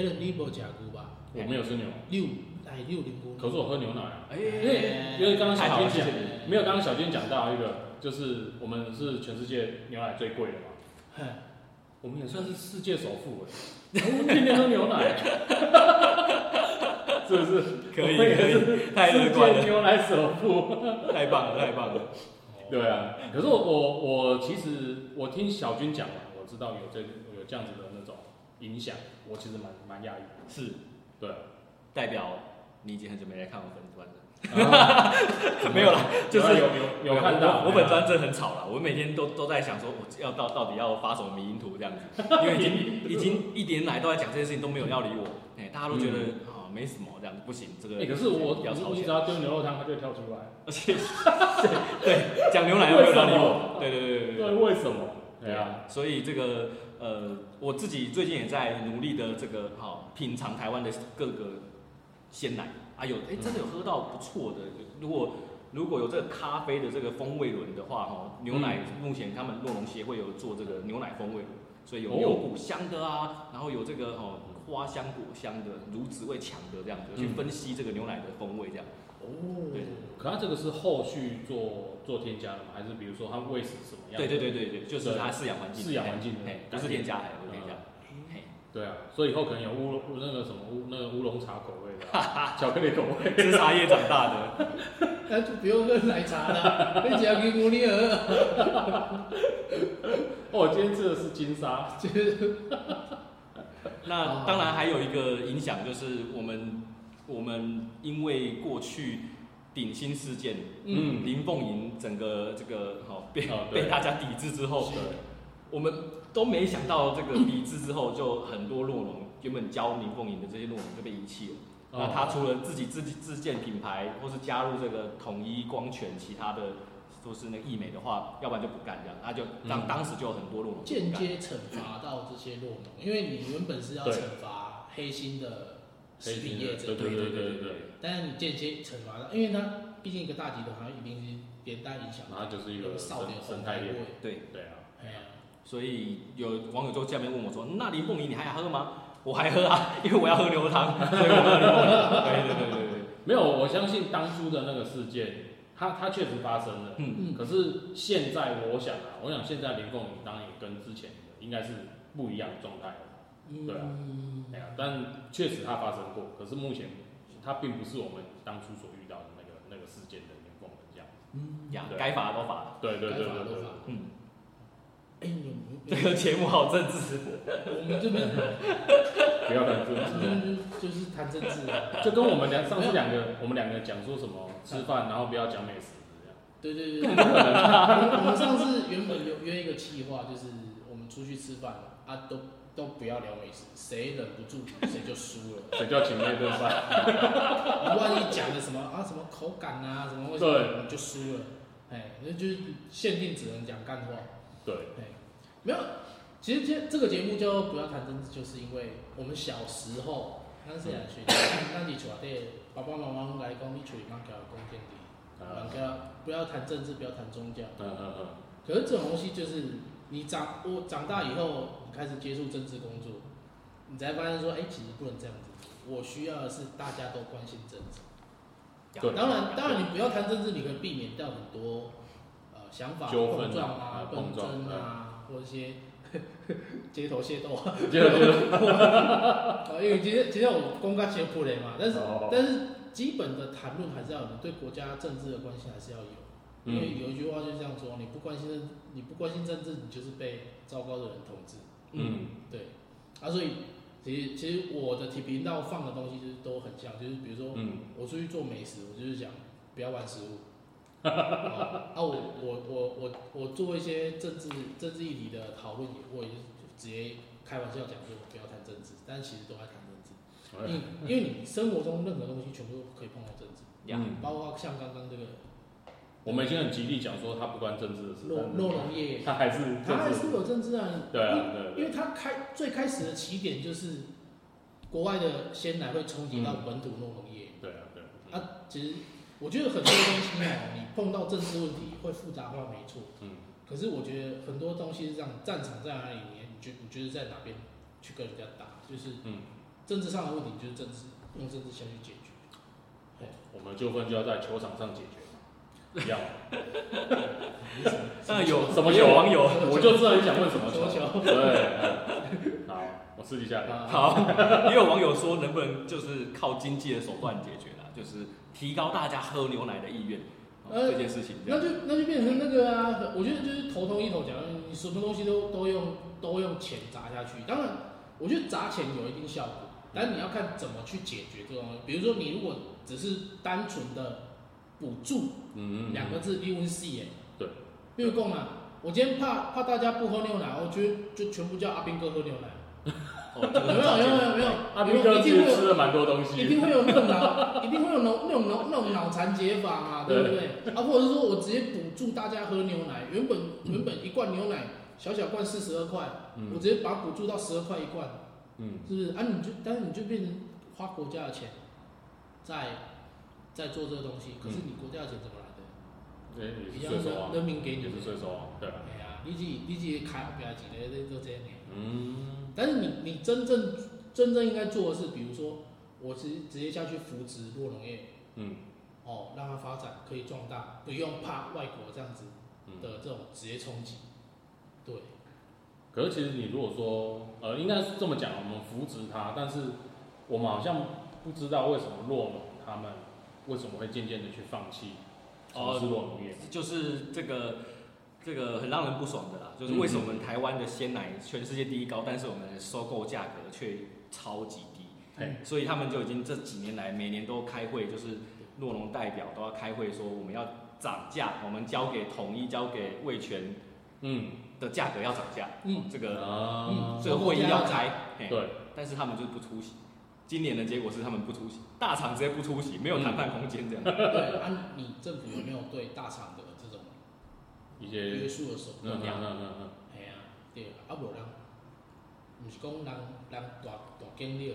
[SPEAKER 1] a l a n 你有加菇吧？
[SPEAKER 3] 我没有吃牛，
[SPEAKER 1] 六哎六零菇。
[SPEAKER 3] 可是我喝牛奶啊。
[SPEAKER 1] 嗯
[SPEAKER 3] 因
[SPEAKER 2] 哎，
[SPEAKER 3] 为因为刚刚
[SPEAKER 2] 太
[SPEAKER 3] 小
[SPEAKER 2] 好
[SPEAKER 1] 哎
[SPEAKER 2] 了
[SPEAKER 3] 军
[SPEAKER 2] 谢谢
[SPEAKER 3] 讲，
[SPEAKER 2] 你。
[SPEAKER 3] 没有刚刚小军讲到一个，就是我们是全世界牛奶最贵的嘛，
[SPEAKER 1] 哎
[SPEAKER 3] 我们也算是世界首富哎，我们天天喝牛奶，是不是？
[SPEAKER 1] 哎
[SPEAKER 2] 可以
[SPEAKER 3] 我们也
[SPEAKER 2] 可
[SPEAKER 3] 是
[SPEAKER 2] 以，太乐观
[SPEAKER 3] 世
[SPEAKER 2] 了
[SPEAKER 3] 界，牛奶首富。
[SPEAKER 1] 哎
[SPEAKER 2] 太棒了太棒了。
[SPEAKER 3] 对啊，可是我我我其实我听小军讲嘛，我知道有这有这样子的那种影响，我其实蛮蛮讶异的。
[SPEAKER 2] 是
[SPEAKER 3] 对啊，
[SPEAKER 2] 代表你已经很久没来看我粉砖了，
[SPEAKER 3] 怎么
[SPEAKER 2] 没有 啦，就是
[SPEAKER 3] 有有有看到
[SPEAKER 2] 我我本专真的很吵了，我每天都都在想说，我要到到底要发什么迷因图这样 子，因为已经已经一年来都在讲这件事情，都没有人要理我，哎、大家都觉得啊、没什么这样子，不行，这个
[SPEAKER 3] 嗯哎、可是我
[SPEAKER 2] 要吵
[SPEAKER 3] 你
[SPEAKER 2] 起
[SPEAKER 3] 只
[SPEAKER 2] 来，
[SPEAKER 3] 要丢牛肉汤，它就会跳出来。
[SPEAKER 2] 而且 对讲牛奶都没有人要理我，对对对对
[SPEAKER 3] 对，为什么？对啊，，
[SPEAKER 2] 所以这个呃，我自己最近也在努力的这个好、品尝台湾的各个鲜奶啊，有哎、真的有喝到不错的。如果如果有这个咖啡的这个风味轮的话，哦，牛奶
[SPEAKER 3] 嗯
[SPEAKER 2] 目前他们洛农协会有做这个牛奶风味轮，所以有
[SPEAKER 3] 哦
[SPEAKER 2] 牛骨香的啊，然后有这个哦花香果香的，乳脂味强的这样子，去
[SPEAKER 3] 嗯
[SPEAKER 2] 分析这个牛奶的风味这样。对
[SPEAKER 1] 哦，
[SPEAKER 3] 可它这个是后续做做添加的吗？还是比如说它喂食什么样？
[SPEAKER 2] 对对对对对，就是它饲养环境，
[SPEAKER 3] 饲养环境的
[SPEAKER 2] 哎，不是添加，哎，不是 添加，嘿
[SPEAKER 3] 对啊，所以以后可能有乌乌那个什么乌那个乌龙茶口味的啊、 巧克力口味。
[SPEAKER 2] 吃茶叶长大的。
[SPEAKER 1] 那就不用喝奶茶了， 你只要给我你喝，
[SPEAKER 3] 哦，我今天吃的是金沙，
[SPEAKER 1] 就是
[SPEAKER 2] 那当然还有一个影响就是我们我们因为过去顶新事件，
[SPEAKER 1] 嗯
[SPEAKER 3] 嗯，
[SPEAKER 2] 林凤营整个这个好、被、
[SPEAKER 3] 哦对
[SPEAKER 2] 被大家抵制之后，
[SPEAKER 3] 对，
[SPEAKER 2] 我们都没想到这个抵制之后，就很多洛农原本教林凤营的这些洛农就被遗弃了。
[SPEAKER 3] 哦
[SPEAKER 2] 那他除了自己自己自建品牌，或是加入这个统一光权，其他的都是那个易美的话，要不然就不干这样，那就当、
[SPEAKER 3] 嗯
[SPEAKER 2] 当时就有很多洛农不
[SPEAKER 1] 间
[SPEAKER 2] 干
[SPEAKER 1] 接惩罚到这些弱农，因为你原本是要
[SPEAKER 3] 对
[SPEAKER 1] 惩罚黑心的食品业者
[SPEAKER 3] 对，对对对对对，
[SPEAKER 1] 但是你间接惩罚它，因为它毕竟一个大集团，它一定是连带影响
[SPEAKER 3] 然，后就是一个
[SPEAKER 1] 少
[SPEAKER 3] 生
[SPEAKER 1] 年
[SPEAKER 3] 生态
[SPEAKER 1] 味
[SPEAKER 3] 链，。
[SPEAKER 2] 对，
[SPEAKER 3] 对啊，
[SPEAKER 1] 哎呀，
[SPEAKER 2] 所以有网友就下面问我说：“那林凤仪你还喝吗？”我还喝啊， 因为我要喝牛 汤，所以我喝牛汤。对对对对对，
[SPEAKER 3] 没有，我相信当初的那个事件，它它确实发生了。
[SPEAKER 1] 嗯
[SPEAKER 2] 嗯，
[SPEAKER 3] 可是现在我想啊，我想现在林凤营当然也跟之前的应该是不一样的状态了。
[SPEAKER 1] 嗯，
[SPEAKER 3] 对啊哎呀，但确实它发生过，可是目前它并不是我们当初所遇到的那个那个事件的林凤营这样。
[SPEAKER 1] 嗯，
[SPEAKER 2] 呀，
[SPEAKER 3] 对
[SPEAKER 2] 该罚的都罚。
[SPEAKER 3] 对对
[SPEAKER 1] 该
[SPEAKER 3] 对
[SPEAKER 1] 罚
[SPEAKER 3] 对
[SPEAKER 1] 都
[SPEAKER 3] 对
[SPEAKER 1] 罚。
[SPEAKER 2] 嗯，
[SPEAKER 1] 哎，你们
[SPEAKER 2] 这个节目好政治。
[SPEAKER 1] 我们这边
[SPEAKER 3] 对，不要乱做。
[SPEAKER 1] 嗯就是谈政治啊，
[SPEAKER 3] 就跟我们两上次两个我们两个讲说什么吃饭，然后不要讲美食这样。
[SPEAKER 1] 对对对，我们上次原本有约一个计划，就是我们出去吃饭啊，都都不要聊美食，谁忍不住谁就输了。
[SPEAKER 3] 谁叫请那顿饭？
[SPEAKER 1] 你万一讲的什么啊什么口感啊什么为什
[SPEAKER 3] 对
[SPEAKER 1] 么你就输了，哎，那就是限定只能讲干话，
[SPEAKER 3] 对，
[SPEAKER 1] 哎，没有。其实这这个节目叫不要谈政治，就是因为我们小时候，咱细汉时候，咱伫厝内底，爸爸妈妈拢来讲，你嘴莫交讲政治，
[SPEAKER 3] 啊
[SPEAKER 1] 莫交不要谈政治，不要谈宗教。
[SPEAKER 3] 嗯嗯嗯，
[SPEAKER 1] 可是这种东西就是你长我长大以后，你开始接触政治工作，你才发现说，哎、其实不能这样子。我需要的是大家都关心政治。
[SPEAKER 3] 对
[SPEAKER 1] 当然，当然你不要谈政治，你可以避免掉很多呃想法
[SPEAKER 3] 纠纷啊
[SPEAKER 1] 碰撞啊
[SPEAKER 3] 啊、
[SPEAKER 1] 纷
[SPEAKER 3] 碰撞
[SPEAKER 1] 争啊，或者一些 街头械斗 啊。
[SPEAKER 3] 接着接着，
[SPEAKER 1] 呃 因为今天今天我公开写普雷嘛，但是、
[SPEAKER 3] 哦
[SPEAKER 1] 但是基本的谈论还是要有，你对国家政治的关心还是要有。因为
[SPEAKER 3] 嗯，
[SPEAKER 1] 有一句话就这样说：你不关心政，你不关心政治，你就是被糟糕的人统治。
[SPEAKER 3] 嗯，
[SPEAKER 1] 对，啊，所以其实其实我的体频道放的东西就是都很像，就是比如说
[SPEAKER 3] 嗯，
[SPEAKER 1] 我出去做美食，我就是讲不要玩食物。 哦啊，我我我我我做一些政治政治议题的讨论，也我也就是直接开玩笑讲说不要谈政治，但其实都在谈政治。因为 因为你生活中任何东西全部都可以碰到政治，
[SPEAKER 2] 呀，
[SPEAKER 3] 嗯
[SPEAKER 1] 包括像刚刚这个
[SPEAKER 3] 我们已经很极力讲说他不关政治的事，
[SPEAKER 1] 肉肉农业，
[SPEAKER 3] 他还是
[SPEAKER 1] 它还
[SPEAKER 3] 政
[SPEAKER 1] 是
[SPEAKER 3] 治，
[SPEAKER 1] 有政治啊，
[SPEAKER 3] 对啊，对
[SPEAKER 1] 因
[SPEAKER 3] 对
[SPEAKER 1] 为它开最开始的起点就是国外的鲜奶会冲击到本土肉农业、
[SPEAKER 3] 对啊对，
[SPEAKER 1] 啊。其实我觉得很多东西哦，你碰到政治问题会复杂化，没错。
[SPEAKER 3] 嗯，
[SPEAKER 1] 可是我觉得很多东西是这样，战场在哪里，你你觉你觉得在哪边去跟人家打，就是
[SPEAKER 3] 嗯
[SPEAKER 1] 政治上的问题，就是政治用政治下去解决。
[SPEAKER 3] 我们纠纷就要在球场上解决，一样，
[SPEAKER 2] 那有
[SPEAKER 3] 什么
[SPEAKER 2] 有
[SPEAKER 3] 球
[SPEAKER 2] 网友？
[SPEAKER 3] 我就知道你想问什么球，对，好，我私底下聊，
[SPEAKER 1] 啊，
[SPEAKER 2] 好，也有网友说能不能就是靠经济的手段解决啦，就是提高大家喝牛奶的意愿、哦
[SPEAKER 1] 呃
[SPEAKER 2] 这件事情。这
[SPEAKER 1] 那
[SPEAKER 2] 样
[SPEAKER 1] 就那就变成那个啊，我觉得就是头头一头讲，你什么东西都都用都用钱砸下去。当然，我觉得砸钱有一定效果，但你要看怎么去解决这个东西。比如说，你如果只是单纯的补助
[SPEAKER 3] 嗯
[SPEAKER 1] 两个字，英文 C 耶，
[SPEAKER 3] 对，
[SPEAKER 1] 比如讲啊，我今天怕怕大家不喝牛奶，我觉得就全部叫阿斌哥喝牛奶，
[SPEAKER 2] 哦，这
[SPEAKER 1] 有没
[SPEAKER 2] 个
[SPEAKER 1] 有？有没
[SPEAKER 2] 很
[SPEAKER 1] 有？有没有？
[SPEAKER 3] 阿
[SPEAKER 1] 有
[SPEAKER 3] 斌
[SPEAKER 1] 没有
[SPEAKER 3] 哥
[SPEAKER 1] 一
[SPEAKER 3] 其
[SPEAKER 1] 定
[SPEAKER 3] 实
[SPEAKER 1] 会有
[SPEAKER 3] 吃了蛮多东
[SPEAKER 1] 一
[SPEAKER 3] 西，
[SPEAKER 1] 定会有那种脑， 一定会有那种那种脑那种脑残解法嘛，对不对？啊，或者是说我直接补助大家喝牛奶，原本原本一罐牛奶小小罐四十二块，我
[SPEAKER 3] 嗯
[SPEAKER 1] 直接把它补助到十二块一罐，
[SPEAKER 3] 嗯，
[SPEAKER 1] 是不是？啊，你就但是你就变成花国家的钱在在做这个东西，可是你国家的钱怎么来的？
[SPEAKER 3] 也也
[SPEAKER 1] 一
[SPEAKER 3] 是
[SPEAKER 1] 样
[SPEAKER 3] 税收啊
[SPEAKER 1] 是，人民给你
[SPEAKER 3] 也
[SPEAKER 1] 的
[SPEAKER 3] 是，税收啊，对，
[SPEAKER 1] 哎呀，你自己你自己开不要钱的，啊这都这样的。
[SPEAKER 3] 嗯
[SPEAKER 1] 但是你你真正真正应该做的是，比如说我直直接下去扶植弱农业。
[SPEAKER 3] 嗯
[SPEAKER 1] 哦，让它发展可以壮大，不用怕外国这样子
[SPEAKER 3] 嗯。
[SPEAKER 1] 的这种职业冲击。对，
[SPEAKER 3] 可是其实你如果说，呃，应该是这么讲，我们扶植他，但是我们好像不知道为什么弱农他们为什么会渐渐的去放弃从
[SPEAKER 2] 哦
[SPEAKER 3] 事弱农业。
[SPEAKER 2] 就是这个这个很让人不爽的啦，就是
[SPEAKER 3] 嗯
[SPEAKER 2] 为什么我们台湾的鲜奶全世界第一高，但是我们的收购价格却超级低，
[SPEAKER 3] 嘿
[SPEAKER 2] 所以他们就已经这几年来每年都开会，就是洛农代表都要开会说我们要涨价，我们交给统一交给味全
[SPEAKER 3] 嗯，
[SPEAKER 2] 的价格要涨价，
[SPEAKER 1] 嗯，
[SPEAKER 2] 这个
[SPEAKER 3] 啊
[SPEAKER 1] 嗯，
[SPEAKER 2] 这个会议要开，嘿
[SPEAKER 3] 嗯对，
[SPEAKER 2] 但是他们就是不出席。今年的结果是他们不出席，大厂直接不出席，没有谈判空间
[SPEAKER 3] 嗯
[SPEAKER 2] 这样。
[SPEAKER 1] 对，啊，你政府有没有对大厂的这种
[SPEAKER 3] 一
[SPEAKER 1] 约
[SPEAKER 3] 些，
[SPEAKER 1] 束的手段
[SPEAKER 3] 嗯嗯？嗯嗯嗯，
[SPEAKER 1] 啊哎呀、对啊，啊无人，毋是讲人人大大经历，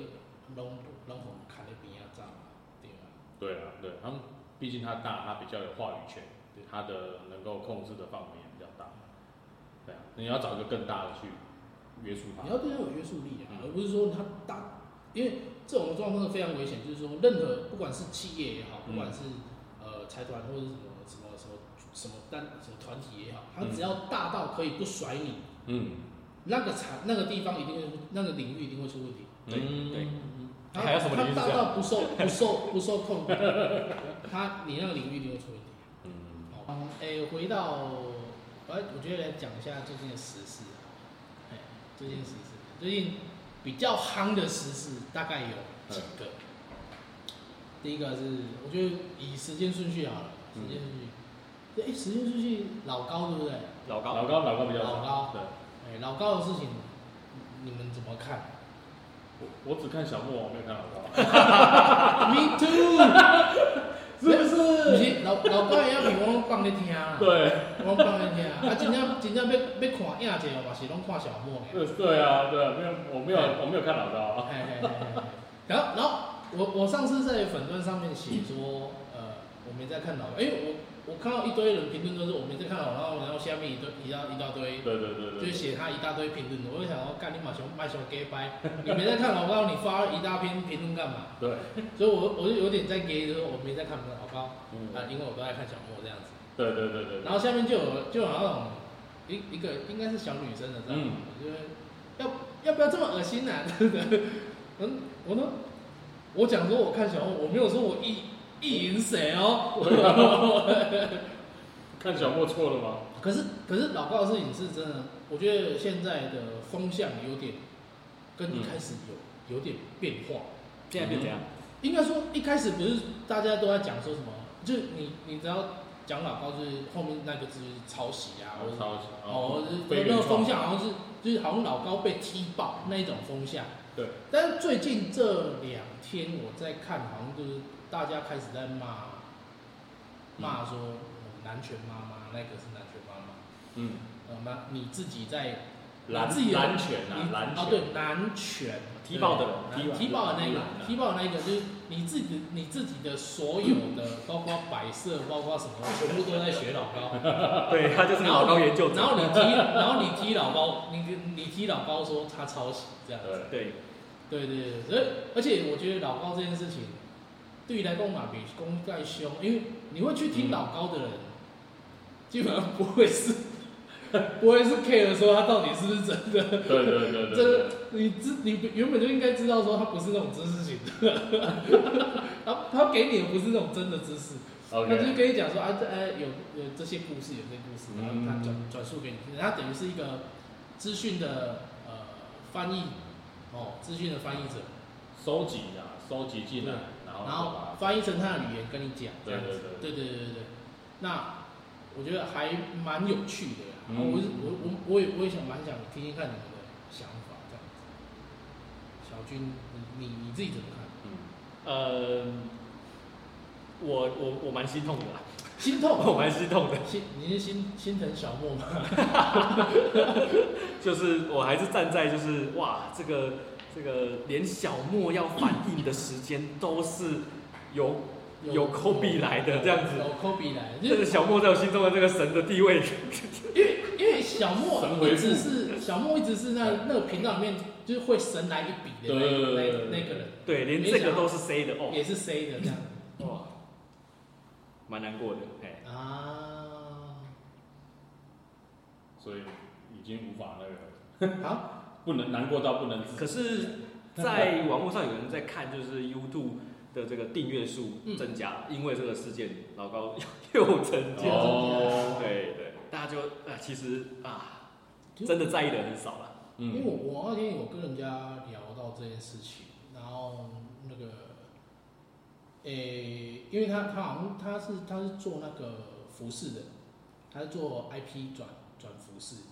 [SPEAKER 1] 拢拢互牵咧边仔走嘛，对啊。
[SPEAKER 3] 对啊，对他们，毕竟他大，他比较有话语权，对他的能够控制的范围也比较大。对啊，你要找一个更大的去约束他
[SPEAKER 1] 你。要对他有约束力啊，
[SPEAKER 3] 嗯
[SPEAKER 1] 而不是说他大，因为这种状况是非常危险，就是说任何不管是企业也好，
[SPEAKER 3] 嗯
[SPEAKER 1] 不管是呃财团或者是什么什么什么什么单什么团体也好，他
[SPEAKER 3] 嗯
[SPEAKER 1] 只要大到可以不甩你，
[SPEAKER 3] 嗯，
[SPEAKER 1] 那个产那个地方一定会那个领域一定会出问题。
[SPEAKER 2] 对
[SPEAKER 3] 嗯
[SPEAKER 2] 对，
[SPEAKER 1] 他
[SPEAKER 2] 还有什么领域
[SPEAKER 1] 他
[SPEAKER 2] 是这样
[SPEAKER 1] 大到不受不受不受控，他你那个领域一定会出问题。
[SPEAKER 3] 嗯，
[SPEAKER 1] 好，哎，回到我来我觉得来讲一下最近的时事啊，哎，最近时事，最近比较夯的时事大概有几个。
[SPEAKER 2] 嗯
[SPEAKER 1] 第一个是，我觉得以时间顺序好了，时间顺序，
[SPEAKER 2] 嗯
[SPEAKER 1] 对，哎，时间顺序老高对不对？
[SPEAKER 2] 老高
[SPEAKER 3] 老高老高比较
[SPEAKER 1] 老高
[SPEAKER 3] 少。对，
[SPEAKER 1] 哎，老高的事情，你们怎么看
[SPEAKER 3] 我我只看小莫，我没有看老 高。
[SPEAKER 1] ？Me too，
[SPEAKER 3] 是
[SPEAKER 1] 不
[SPEAKER 3] 不是？
[SPEAKER 1] 是老老高也要比我放咧听啊，
[SPEAKER 3] 对，
[SPEAKER 1] 我放咧听啊，啊，真正真正要要看影者嘛是拢看小莫的。
[SPEAKER 3] 对对啊，对啊，没有，我没有，我没有看老高。
[SPEAKER 1] 哎哎哎哎哎然后，然后我我上次在粉钻上面写说，呃，我没在看老高，因为我我看到一堆人评论都是我没在看老高，然后下面一堆一大一大堆
[SPEAKER 3] 对对对
[SPEAKER 1] 就
[SPEAKER 3] 对，
[SPEAKER 1] 写他一大堆评论，我就想说，干你马熊卖熊 gay 掰，你没在看老高，你发一大篇评论干嘛？
[SPEAKER 3] 对，
[SPEAKER 1] 所以我我就有点在 gay，就是我没在看老高
[SPEAKER 3] 嗯
[SPEAKER 1] 啊，因为我都在看小莫这样子。
[SPEAKER 3] 对对对对
[SPEAKER 1] 然后下面就有就有那种一一个应该是小女生的这样，
[SPEAKER 3] 嗯
[SPEAKER 1] 就是要要不要这么恶心啊？ 嗯，我呢，我讲说我看小红，我没有说我意意淫谁哦。
[SPEAKER 3] 看小莫错了吗？
[SPEAKER 1] 可是可是老高的事情是真的，我觉得现在的风向有点跟一开始有、有点变化。
[SPEAKER 2] 现在变怎样？
[SPEAKER 1] 应该说一开始不是大家都在讲说什么，就是你你只要讲老高，就是后面那个字就是抄袭啊，或者是
[SPEAKER 3] 超级
[SPEAKER 1] 哦，就是
[SPEAKER 3] 非
[SPEAKER 1] 那
[SPEAKER 3] 原
[SPEAKER 1] 个风
[SPEAKER 3] 创
[SPEAKER 1] 向好像是就是好像老高被踢爆那一种风向。
[SPEAKER 3] 对。
[SPEAKER 1] 但是最近这两天我在看，好像就是大家开始在骂，骂说呃男权妈妈那个是男权妈妈，
[SPEAKER 3] 嗯，
[SPEAKER 1] 呃妈你自己在
[SPEAKER 3] 蓝
[SPEAKER 1] 自己的
[SPEAKER 3] 蓝拳啊
[SPEAKER 1] 你，
[SPEAKER 3] 蓝
[SPEAKER 1] 啊
[SPEAKER 3] 拳，
[SPEAKER 1] 对男权
[SPEAKER 2] 踢爆的人
[SPEAKER 1] 对男
[SPEAKER 3] 踢
[SPEAKER 1] 踢爆的那
[SPEAKER 3] 踢
[SPEAKER 1] 个
[SPEAKER 3] 爆的
[SPEAKER 1] 踢爆的那个就是你自己的你自己的所有的，包括摆设，包括什么，全部都在学老高。
[SPEAKER 2] 对他就是老高研究
[SPEAKER 1] 然
[SPEAKER 2] 者。
[SPEAKER 1] 后你踢，然后你踢老高，你你踢老高说他抄袭这样子，
[SPEAKER 3] 对，
[SPEAKER 2] 对，
[SPEAKER 1] 对对对，所以而且我觉得老高这件事情，对于来讲嘛比公盖凶，因为你会去听老高的人，基本上不会是 不会是 care 说他到底是不是真的，
[SPEAKER 3] 对对对
[SPEAKER 1] 这
[SPEAKER 3] 对对
[SPEAKER 1] 个，你知你原本就应该知道说他不是那种知识型的， 他他给你的不是那种真的知识，他就
[SPEAKER 2] 哦
[SPEAKER 3] OK，
[SPEAKER 1] 跟你讲说啊，这呃有有这些故事，有这些故事，然后他转
[SPEAKER 3] 嗯
[SPEAKER 1] 转述给你听，他等于是一个资讯的呃翻译哦，资讯的翻译者，
[SPEAKER 3] 收集啊，收集进来，然后
[SPEAKER 1] 然后翻译成他的语言跟你讲，这
[SPEAKER 3] 对
[SPEAKER 1] 样
[SPEAKER 3] 对
[SPEAKER 1] 子，
[SPEAKER 3] 对
[SPEAKER 1] 对对对对对。那我觉得还蛮有趣的啦，
[SPEAKER 3] 嗯
[SPEAKER 1] 然后我是我我我也我也想蛮想听听看你们的想法这样子。小军，你你你自己怎么看？
[SPEAKER 3] 嗯，
[SPEAKER 2] 呃，我我我蛮心痛的啦，
[SPEAKER 1] 心痛，
[SPEAKER 2] 我蛮心痛的。
[SPEAKER 1] 心你是心心疼小莫吗？
[SPEAKER 2] 就是我还是站在就是哇，这个这个连小莫要反应的时间都是由有 Kobe 来的这样子
[SPEAKER 1] 有 Kobe 来的，就
[SPEAKER 2] 这
[SPEAKER 1] 是
[SPEAKER 2] 个小莫在我心中的这个神的地位，
[SPEAKER 1] 因为因为小莫
[SPEAKER 3] 神回
[SPEAKER 1] 一
[SPEAKER 3] 复
[SPEAKER 1] 直是小莫一直是那那个频道里面就是会神来一笔的那
[SPEAKER 3] 对
[SPEAKER 1] 那
[SPEAKER 3] 对对对
[SPEAKER 1] 那个人，
[SPEAKER 2] 对，连这个都是 C 的哦，
[SPEAKER 1] 也是 C 的这样
[SPEAKER 2] 哇，蛮难过的，哎，
[SPEAKER 1] 啊。
[SPEAKER 3] 所以已经无法那个，
[SPEAKER 1] 好，
[SPEAKER 3] 不能难过到不能自己，
[SPEAKER 2] 可是，在网络上有人在看，就是 YouTube 的这个订阅数
[SPEAKER 1] 嗯
[SPEAKER 2] 增加，因为这个事件，老高 又增加，
[SPEAKER 3] 哦
[SPEAKER 2] 对对，大家就啊，其实啊，真的在意的人很少了。
[SPEAKER 1] 因为
[SPEAKER 3] 嗯，
[SPEAKER 1] 我我那天有跟人家聊到这件事情，然后那个，诶、因为他他好像他是他是做那个服饰的，他是做 IP 转转服饰，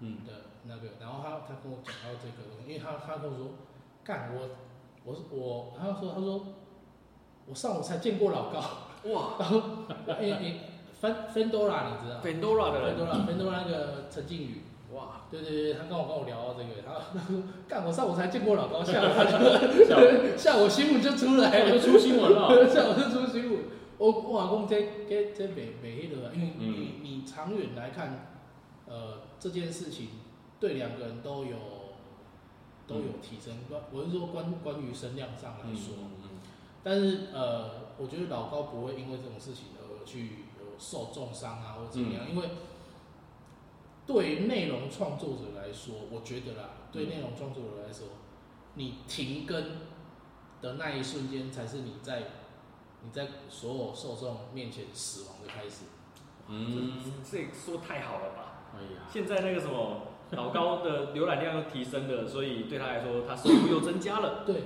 [SPEAKER 3] 嗯
[SPEAKER 1] 的那个，然后他他跟我讲到这个东西，因为他他跟我说，干我我我，他说他说我上午才见过老高，
[SPEAKER 2] 哇
[SPEAKER 1] 然后哎哎，芬芬多拉你知道
[SPEAKER 2] ，Pandora 的
[SPEAKER 1] 芬
[SPEAKER 2] 人
[SPEAKER 1] 多拉芬多拉那个陈靖宇，
[SPEAKER 2] 哇，
[SPEAKER 1] 对对对，他刚好跟我聊到这个，他他说干我上午才见过老高，下午他就
[SPEAKER 3] 笑死
[SPEAKER 1] 下午新闻就出来
[SPEAKER 3] 哎，
[SPEAKER 1] 了
[SPEAKER 3] 就，出新闻 了。
[SPEAKER 1] 下午就出新闻。我我老公这这这北北的，因为你、
[SPEAKER 3] 嗯
[SPEAKER 1] 你长远来看，呃，这件事情对两个人都有都有
[SPEAKER 3] 嗯
[SPEAKER 1] 提升。关、我是说关关于声量上来说，但是呃，我觉得老高不会因为这种事情而去有受重伤啊，或怎么样，因为对于内容创作者来说，我觉得啦，对内容创作者来说，你停更的那一瞬间，才是你在你在所有受众面前死亡的开始。
[SPEAKER 3] 嗯，
[SPEAKER 2] 这说太好了吧？
[SPEAKER 3] 哎呀，
[SPEAKER 2] 现在那个什么老高的浏览量又提升了，所以对他来说，他收入又增加了。
[SPEAKER 1] 对，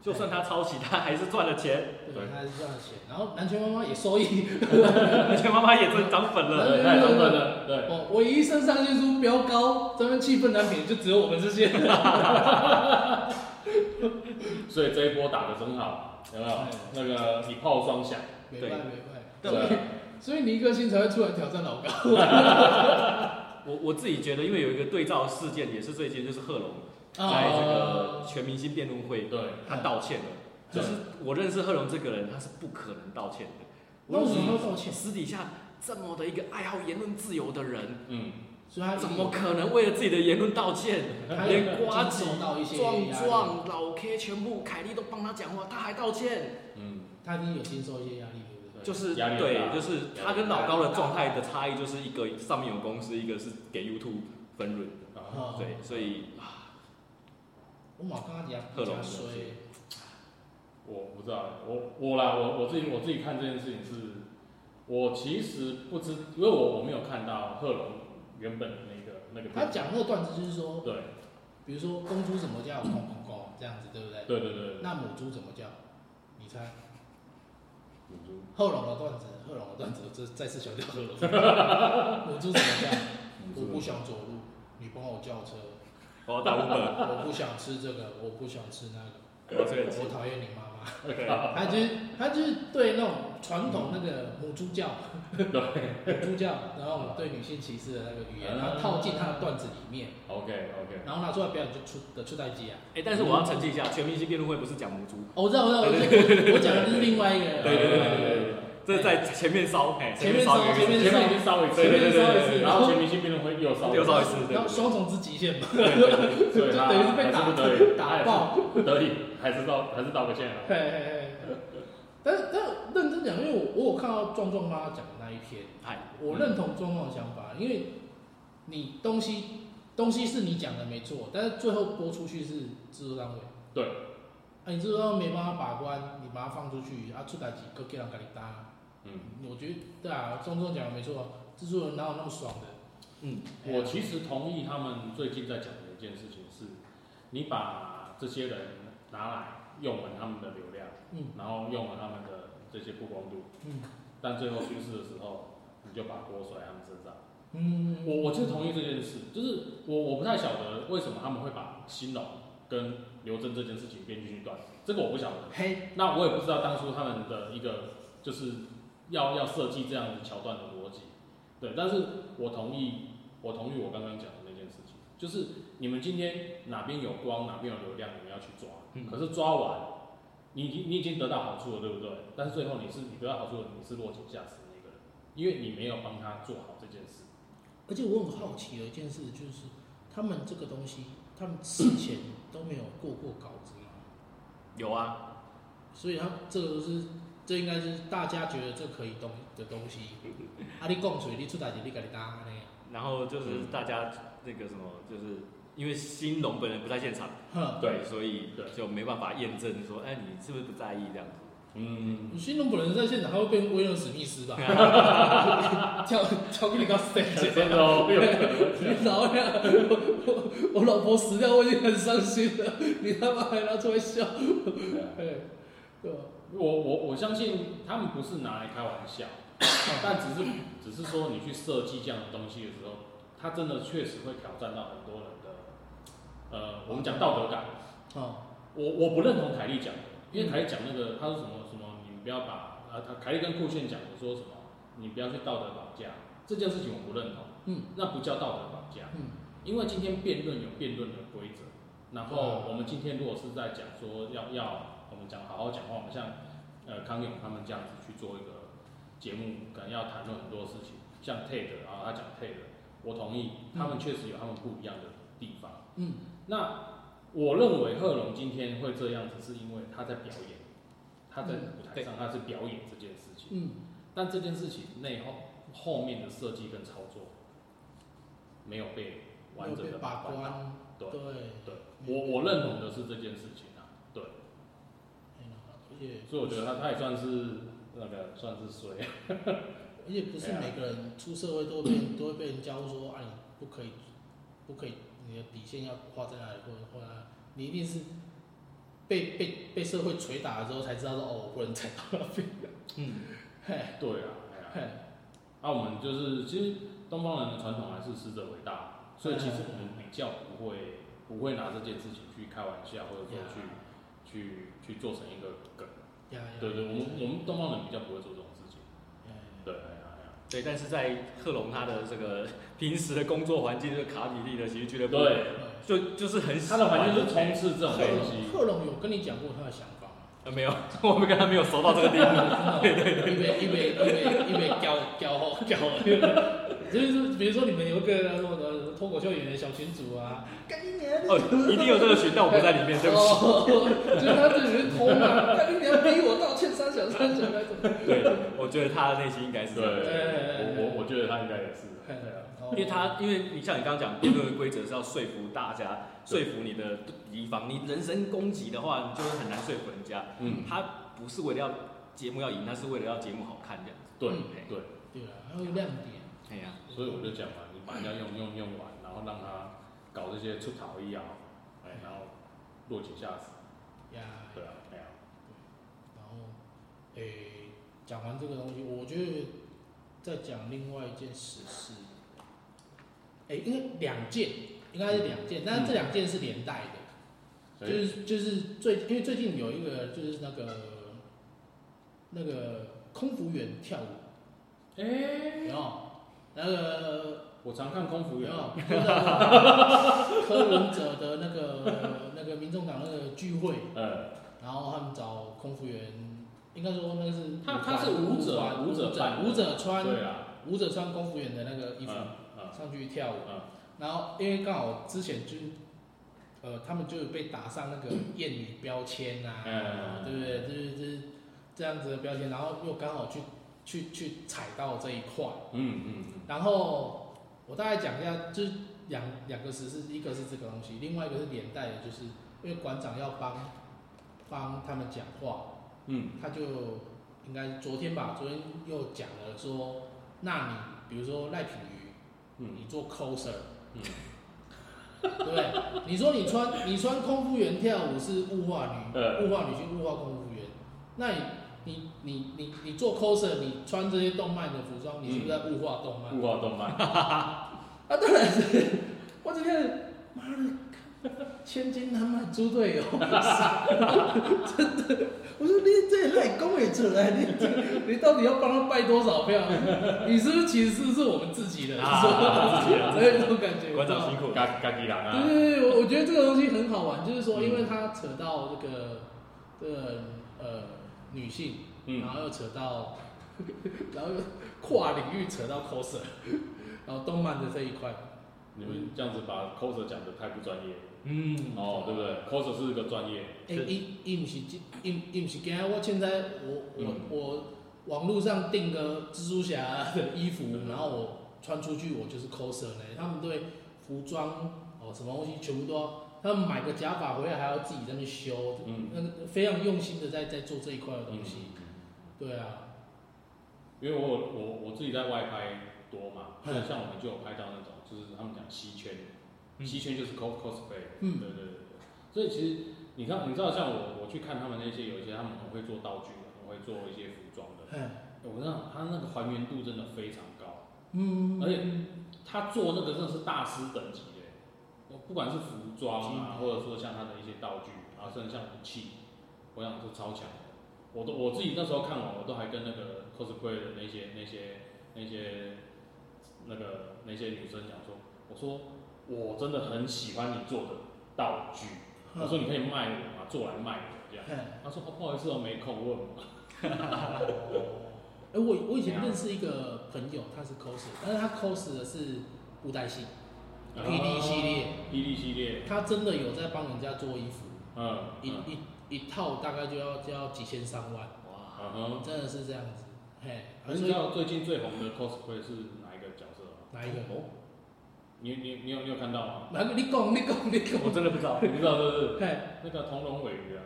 [SPEAKER 2] 就算他抄袭，他还是赚了钱，
[SPEAKER 1] 对，
[SPEAKER 3] 对
[SPEAKER 1] 他是赚了钱，然后南拳妈妈也受益。
[SPEAKER 2] 而且妈妈也增长粉了。
[SPEAKER 3] 对，太充分了，对。
[SPEAKER 1] 哦我唯一肾上腺素飙高，咱们气氛难免，就只有我们这些人。
[SPEAKER 3] 所以这一波打得真好，有没有
[SPEAKER 1] 哎？
[SPEAKER 3] 那个一炮双响，
[SPEAKER 1] 没
[SPEAKER 2] 对
[SPEAKER 1] 办没办。
[SPEAKER 3] 对
[SPEAKER 2] 对
[SPEAKER 1] 所以所以尼克星才会出来挑战老高。
[SPEAKER 2] 我我自己觉得，因为有一个对照事件，也是最近就是贺龙
[SPEAKER 3] 哦
[SPEAKER 2] 在这个全明星辩论会，
[SPEAKER 3] 对，
[SPEAKER 2] 他道歉了。
[SPEAKER 3] 对
[SPEAKER 2] 就是我认识贺龙这个人，他是不可能道歉的。
[SPEAKER 1] 那为什么要道
[SPEAKER 2] 我
[SPEAKER 1] 歉？
[SPEAKER 2] 私底下这么的一个爱好言论自由的人，
[SPEAKER 3] 嗯，
[SPEAKER 1] 所以他
[SPEAKER 2] 怎么可能为了自己的言论道歉？
[SPEAKER 1] 他有
[SPEAKER 2] 连瓜子
[SPEAKER 1] 受到一些压力
[SPEAKER 2] 壮，壮、老 K 全部凯莉都帮他讲话，他还道歉，
[SPEAKER 3] 嗯，
[SPEAKER 1] 他已经有经受一些压力，对不对？
[SPEAKER 2] 就是
[SPEAKER 3] 压力很大
[SPEAKER 2] 对，就是他跟老高的状态的差异，就是一个上面有公司，一个是给 YouTube 分润，
[SPEAKER 3] 啊，
[SPEAKER 1] 啊，
[SPEAKER 2] 对，所以啊
[SPEAKER 1] 我马刚刚讲
[SPEAKER 2] 贺龙
[SPEAKER 1] 讲衰，
[SPEAKER 3] 我不知道，我我啦，我我自己我自己看这件事情是，我其实不知，因为我我没有看到贺龙原本的那个那个
[SPEAKER 1] 他
[SPEAKER 3] 片
[SPEAKER 1] 讲那个段子就是说，
[SPEAKER 3] 对
[SPEAKER 1] 比如说公猪怎么叫，公公公这样子，对不对？
[SPEAKER 3] 对对对，
[SPEAKER 1] 那母猪怎么叫？你猜？
[SPEAKER 3] 母猪
[SPEAKER 1] 贺龙的段子，贺龙的段子，我这再次强调贺龙。母猪怎么叫？我不想走路，你帮我叫车。
[SPEAKER 2] 我要打 Uber，
[SPEAKER 1] 我不想吃这个，我不想吃那个，
[SPEAKER 2] 我这个
[SPEAKER 1] 我讨厌你妈妈。
[SPEAKER 2] 对
[SPEAKER 1] 他就是他就是对那种传统那个母猪教、
[SPEAKER 3] 对
[SPEAKER 1] 母猪教，然后对女性歧视的那个语言，
[SPEAKER 3] 嗯
[SPEAKER 1] 然后套进他的段子里面，
[SPEAKER 3] ，OK OK，
[SPEAKER 1] 然后拿出来表演就出的出代机啊。
[SPEAKER 2] 哎，但是我要澄清一下，全明星辩论会不是讲母猪，
[SPEAKER 1] 哦，我知道，我知道，我知道我讲的是另外一个人。
[SPEAKER 2] 对对对对对
[SPEAKER 3] 对
[SPEAKER 2] 这在前面烧，哎，
[SPEAKER 1] 前面烧
[SPEAKER 2] 一个
[SPEAKER 1] 前面
[SPEAKER 3] 前面已经烧一次，
[SPEAKER 2] 对对对对对
[SPEAKER 3] 然后全明星辩论会又烧，
[SPEAKER 2] 又烧一次，对
[SPEAKER 1] 然后
[SPEAKER 2] 对
[SPEAKER 1] 双重之极限嘛，
[SPEAKER 3] 次，所以
[SPEAKER 1] 就
[SPEAKER 3] 他
[SPEAKER 1] 等于是被打
[SPEAKER 3] 还不 得已
[SPEAKER 1] 打，爆。
[SPEAKER 3] 不得已还是道还是道个歉啊，
[SPEAKER 1] 嘿嘿嘿。但是但是认真讲，因为我我有看到壮壮妈讲的那一篇，
[SPEAKER 2] 嗨，
[SPEAKER 1] 我认同壮壮的想法，因为你东西东西是你讲的没错，但是最后播出去是制作单位。
[SPEAKER 3] 对。
[SPEAKER 1] 啊，你制作单位没办法把关，你把它放出去，啊，出代几个给人给你搭。
[SPEAKER 3] 嗯。
[SPEAKER 1] 我觉得对啊，壮壮讲的没错，制作人哪有那么爽的？哎
[SPEAKER 2] 嗯，
[SPEAKER 3] 我其实同意他们最近在讲的一件事情是，你把这些人拿来用完他们的流量，
[SPEAKER 1] 嗯
[SPEAKER 3] 然后用完他们的这些曝光度，
[SPEAKER 1] 嗯
[SPEAKER 3] 但最后出事的时候，你就把锅甩他们身上。
[SPEAKER 1] 嗯，
[SPEAKER 3] 我我就同意这件事，就是我我不太晓得为什么他们会把新龙跟刘真这件事情编进去段，这个我不晓得。
[SPEAKER 1] 嘿，
[SPEAKER 3] 那我也不知道当初他们的一个就是要要设计这样的桥段的逻辑，对，但是我同意，我同意我刚刚讲的那件事情，就是你们今天哪边有光，哪边有流量，你们要去抓，
[SPEAKER 2] 嗯
[SPEAKER 3] 可是抓完，你已经你已经得到好处了，对不对？但是最后你是你得到好处了，你是落井下石的那个人，因为你没有帮他做好这件事，
[SPEAKER 1] 而且我很好奇的一件事就是，他们这个东西，他们事前都没有过过稿子吗？
[SPEAKER 2] 有啊，
[SPEAKER 1] 所以他这个就是，这应该是大家觉得这可以东的东 西。啊，你供水，你出代志，你给你搭呢？
[SPEAKER 2] 然后
[SPEAKER 3] 嗯
[SPEAKER 2] 就是大家那个什么，就是因为新龙本人不在现场。
[SPEAKER 3] 啊
[SPEAKER 1] 哼，
[SPEAKER 2] 对，所以
[SPEAKER 3] 对
[SPEAKER 2] 就没办法验证说，哎，你是不是不在意这样子？
[SPEAKER 3] 嗯，
[SPEAKER 1] 新龙本人在现场，他会变威尔史密 斯吧？ 跳跳给你个 stage，
[SPEAKER 3] 真的哦，没有
[SPEAKER 1] 然后呢，我我老婆死掉，我已经很伤心了， 你他妈还拿出来笑？对，对吧？
[SPEAKER 3] 我我我相信他们不是拿来开玩笑，但只是只是说你去设计这样的东西的时候，它真的确实会挑战到很多人的，呃，我们讲道德感。
[SPEAKER 1] 哦，
[SPEAKER 3] 我我不认同凯莉讲的，因
[SPEAKER 1] 嗯
[SPEAKER 3] 为凯莉讲那个，他说什么什么，你不要把呃，他凯莉跟酷炫讲的说什么，你不要去道德绑架这件事情，我不认同。
[SPEAKER 1] 嗯
[SPEAKER 3] 那不叫道德绑架，
[SPEAKER 1] 嗯，
[SPEAKER 3] 因为今天辩论有辩论的规则，
[SPEAKER 1] 嗯
[SPEAKER 3] 然后我们今天如果是在讲说要要我们讲好好讲话，我们像呃康永他们这样子去做一个节目，可能要谈论很多事情，像 TED，然后他讲 TED，我同意，他们确实有他们不一样的地方。
[SPEAKER 1] 嗯，
[SPEAKER 3] 那我认为贺龙今天会这样子，是因为他在表演，他在
[SPEAKER 1] 嗯
[SPEAKER 3] 舞台上、他是表演这件事情，
[SPEAKER 1] 嗯，
[SPEAKER 3] 但这件事情内后后面的设计跟操作没有被完整
[SPEAKER 1] 又被
[SPEAKER 3] 的
[SPEAKER 1] 把
[SPEAKER 3] 管到。
[SPEAKER 1] 关，嗯
[SPEAKER 3] 对
[SPEAKER 1] 对，
[SPEAKER 3] 对，我我认同的是这件事情啊，对，
[SPEAKER 1] 哎而且
[SPEAKER 3] 所以我觉得他他也算是那个算是衰，
[SPEAKER 1] 而且不是
[SPEAKER 3] 对啊
[SPEAKER 1] 每个人出社会都会被人都会被人教说，啊，你不可以，不可以，你的底线要画在哪里，或者或者哪里你一定是被被被社会捶打了之后才知道说，哦，我不能踩到那边。
[SPEAKER 2] 嗯，
[SPEAKER 1] 嘿，
[SPEAKER 3] 对啊，哎呀，
[SPEAKER 1] 嘿，
[SPEAKER 3] 啊，我们就是其实东方人的传统还是师者为大，所以其实我们比较不会不会拿这件事情去开玩笑，或者说去去去做成一个梗，
[SPEAKER 1] 呀呀，
[SPEAKER 3] 对对，我们
[SPEAKER 1] 呀
[SPEAKER 3] 我们东方人比较不会做这种事情，
[SPEAKER 1] 呀
[SPEAKER 3] 对，哎呀哎呀。
[SPEAKER 2] 对，但是在贺龙他的这个 平时的工作环境，就是卡比利的喜剧俱乐部，，
[SPEAKER 3] 对，
[SPEAKER 2] 就就是很喜
[SPEAKER 3] 他
[SPEAKER 2] 欢
[SPEAKER 3] 的环境是充斥这种
[SPEAKER 1] 贺
[SPEAKER 3] 东
[SPEAKER 1] 龙，
[SPEAKER 3] 西，
[SPEAKER 1] 贺龙有跟你讲过他的想法吗？
[SPEAKER 2] 呃没有， 我们跟他没有熟到这个地步。
[SPEAKER 1] 对对对，因为因为因为因为教教好教好， 就是比如说你们有一个什么脱口秀演员小群组啊，干你娘的！
[SPEAKER 2] 哦，一定有这个群，但我不在里面，对不起。
[SPEAKER 1] 哦，就是他这里面偷嘛，干你娘逼我道歉三小三小那种。
[SPEAKER 2] 对，我觉得他的内心应该是
[SPEAKER 3] 对，
[SPEAKER 2] 这样。
[SPEAKER 3] 我我我觉得他应该也是，对啊。
[SPEAKER 1] 因
[SPEAKER 2] 因为他，因为你像你刚刚讲辩论的规则是要说服大家，说服你的敌方。你人身攻击的话，你就是很难说服人家。
[SPEAKER 3] 嗯，
[SPEAKER 2] 他不是为了要节目要赢，他是为了要节目好看这样子。
[SPEAKER 3] 对
[SPEAKER 1] 嗯
[SPEAKER 3] 对，
[SPEAKER 1] 对啊，还有亮点，
[SPEAKER 2] 哎呀，
[SPEAKER 3] 所以我就讲嘛，你把人家用用用完，然后让他搞这些出逃一啊，哎，然后落井下石，
[SPEAKER 1] 呀，
[SPEAKER 3] 对啊，哎呀，
[SPEAKER 1] 然后诶，讲完这个东西，我觉得再讲另外一件实事，诶，应该两件，应该是两件，但是这两件是连带的。
[SPEAKER 3] 所
[SPEAKER 1] 就
[SPEAKER 2] 嗯
[SPEAKER 3] 以
[SPEAKER 1] 是就是最，因为最近有一个就是那个那个空服员跳舞，
[SPEAKER 3] 哎，
[SPEAKER 1] 然后那个
[SPEAKER 3] 我常看空服员
[SPEAKER 1] 然
[SPEAKER 3] 啊，
[SPEAKER 1] 后那个 柯文哲的那个那个民众党那个聚会，
[SPEAKER 3] 呃，
[SPEAKER 1] 然后他们找空服员，应该说那个是
[SPEAKER 3] 他他是舞者
[SPEAKER 1] 团
[SPEAKER 3] 舞
[SPEAKER 1] 舞
[SPEAKER 3] 者办的
[SPEAKER 1] 舞者穿
[SPEAKER 3] 对啊，
[SPEAKER 1] 舞者穿空服员的那个衣服
[SPEAKER 3] 嗯
[SPEAKER 1] 上去跳舞，
[SPEAKER 3] 嗯
[SPEAKER 1] 然后因为刚好之前就，呃，他们就有被打上那个艳女标签啊，
[SPEAKER 3] 嗯
[SPEAKER 1] 对不对？就是就是这样子的标签，然后又刚好去去去踩到这一块。
[SPEAKER 3] 嗯嗯嗯，
[SPEAKER 1] 然后我大概讲一下，就是两两个实事，一个是这个东西，另外一个是连带的，就是因为馆长要帮帮他们讲话，
[SPEAKER 3] 嗯，
[SPEAKER 1] 他就应该昨天吧，昨天又讲了说，那你比如说赖品妤，
[SPEAKER 3] 嗯
[SPEAKER 1] 你做 coser，
[SPEAKER 3] 嗯
[SPEAKER 1] 对不对？你说你穿你穿空服员跳舞是物化女，
[SPEAKER 3] 呃
[SPEAKER 1] 物化女性物化空服员，那你你你你你做 coser，你穿这些动漫的服装，你是不是在物化动漫？
[SPEAKER 3] 物嗯化动 漫，啊
[SPEAKER 1] 啊，当然是，我只看妈的，千金难买猪队友，真的，我说你这也赖公也出来，你这你到底要帮他拜多少票？你是不是其实是我们自己的？是
[SPEAKER 2] 啊
[SPEAKER 1] 吧
[SPEAKER 2] 自己的
[SPEAKER 1] 这种感觉，
[SPEAKER 2] 馆长辛苦了。
[SPEAKER 3] 嘎嘎吉
[SPEAKER 1] 对
[SPEAKER 3] 郎啊，
[SPEAKER 1] 对对，我我觉得这个东西很好玩，就是说，
[SPEAKER 2] 嗯
[SPEAKER 1] 因为它扯到这个这个呃女性，
[SPEAKER 3] 嗯
[SPEAKER 1] 然后又扯到， 然后又跨领域扯到 coser，然后动漫的这一块，
[SPEAKER 3] 你们这样子把 coser 讲的太不专业，
[SPEAKER 2] 嗯，
[SPEAKER 3] 哦，对不对？coser 是一个专业，
[SPEAKER 1] 哎、
[SPEAKER 2] 是
[SPEAKER 1] 伊伊毋是即，伊伊毋是今我现在我我、
[SPEAKER 3] 嗯
[SPEAKER 1] 我网络上订个蜘蛛侠的衣服，
[SPEAKER 3] 嗯
[SPEAKER 1] 然后我穿出去，我就是 coser 呢。他们对服装哦什么东西全部都要，他们买个假发回来还要自己在那边修，
[SPEAKER 3] 嗯，
[SPEAKER 1] 那个非常用心的在在做这一块的东西。
[SPEAKER 3] 嗯
[SPEAKER 1] 对啊，
[SPEAKER 3] 因为我我我自己在外拍多嘛，像像我们就有拍到那种，就是他们讲西圈，
[SPEAKER 2] 嗯
[SPEAKER 3] 西圈就是 cos cosplay，
[SPEAKER 1] 嗯
[SPEAKER 3] 对对对对，所以其实你看，你知道像我我去看他们那些，有一些他们很会做道具的，很会做一些服装的，
[SPEAKER 1] 嘿
[SPEAKER 3] 我跟你讲，他那个还原度真的非常高，
[SPEAKER 1] 嗯，
[SPEAKER 3] 而且他做那个真的是大师等级的，我不管是服装啊，或者说像他的一些道具，然后甚至像武器，我想都超强的。我都我自己那时候看完，我都还跟那个 cosplay 的那些那些那些那个那些女生讲说，我说我真的很喜欢你做的道具，
[SPEAKER 1] 嗯
[SPEAKER 3] 我说你可以卖我吗？做来卖我这样。
[SPEAKER 1] 哎、
[SPEAKER 3] 他说哦，不好意思，我没空问我。
[SPEAKER 1] 哎我我以前认识一个朋友，他是 cos，但是他 cos 的是布袋戏，PD 系列
[SPEAKER 3] ，PD 啊系列，
[SPEAKER 1] 他真的有在帮人家做衣服，
[SPEAKER 3] 嗯，
[SPEAKER 1] 一
[SPEAKER 3] 嗯
[SPEAKER 1] 一一套大概就要就要几千上万，
[SPEAKER 2] 哇，
[SPEAKER 3] 嗯哼。
[SPEAKER 1] 真的是这样子，嘿，
[SPEAKER 3] 你
[SPEAKER 1] 所
[SPEAKER 3] 知
[SPEAKER 1] 以
[SPEAKER 3] 道最近最红的 cosplay 是哪一个角色吗？
[SPEAKER 1] 哪一个？
[SPEAKER 3] 你你你有你有看到吗？
[SPEAKER 1] 哪个？你讲，你讲，你
[SPEAKER 2] 我真的不知道，
[SPEAKER 3] 你不知道是不是？
[SPEAKER 1] 讲，嘿。
[SPEAKER 3] 那个铜龙尾鱼啊，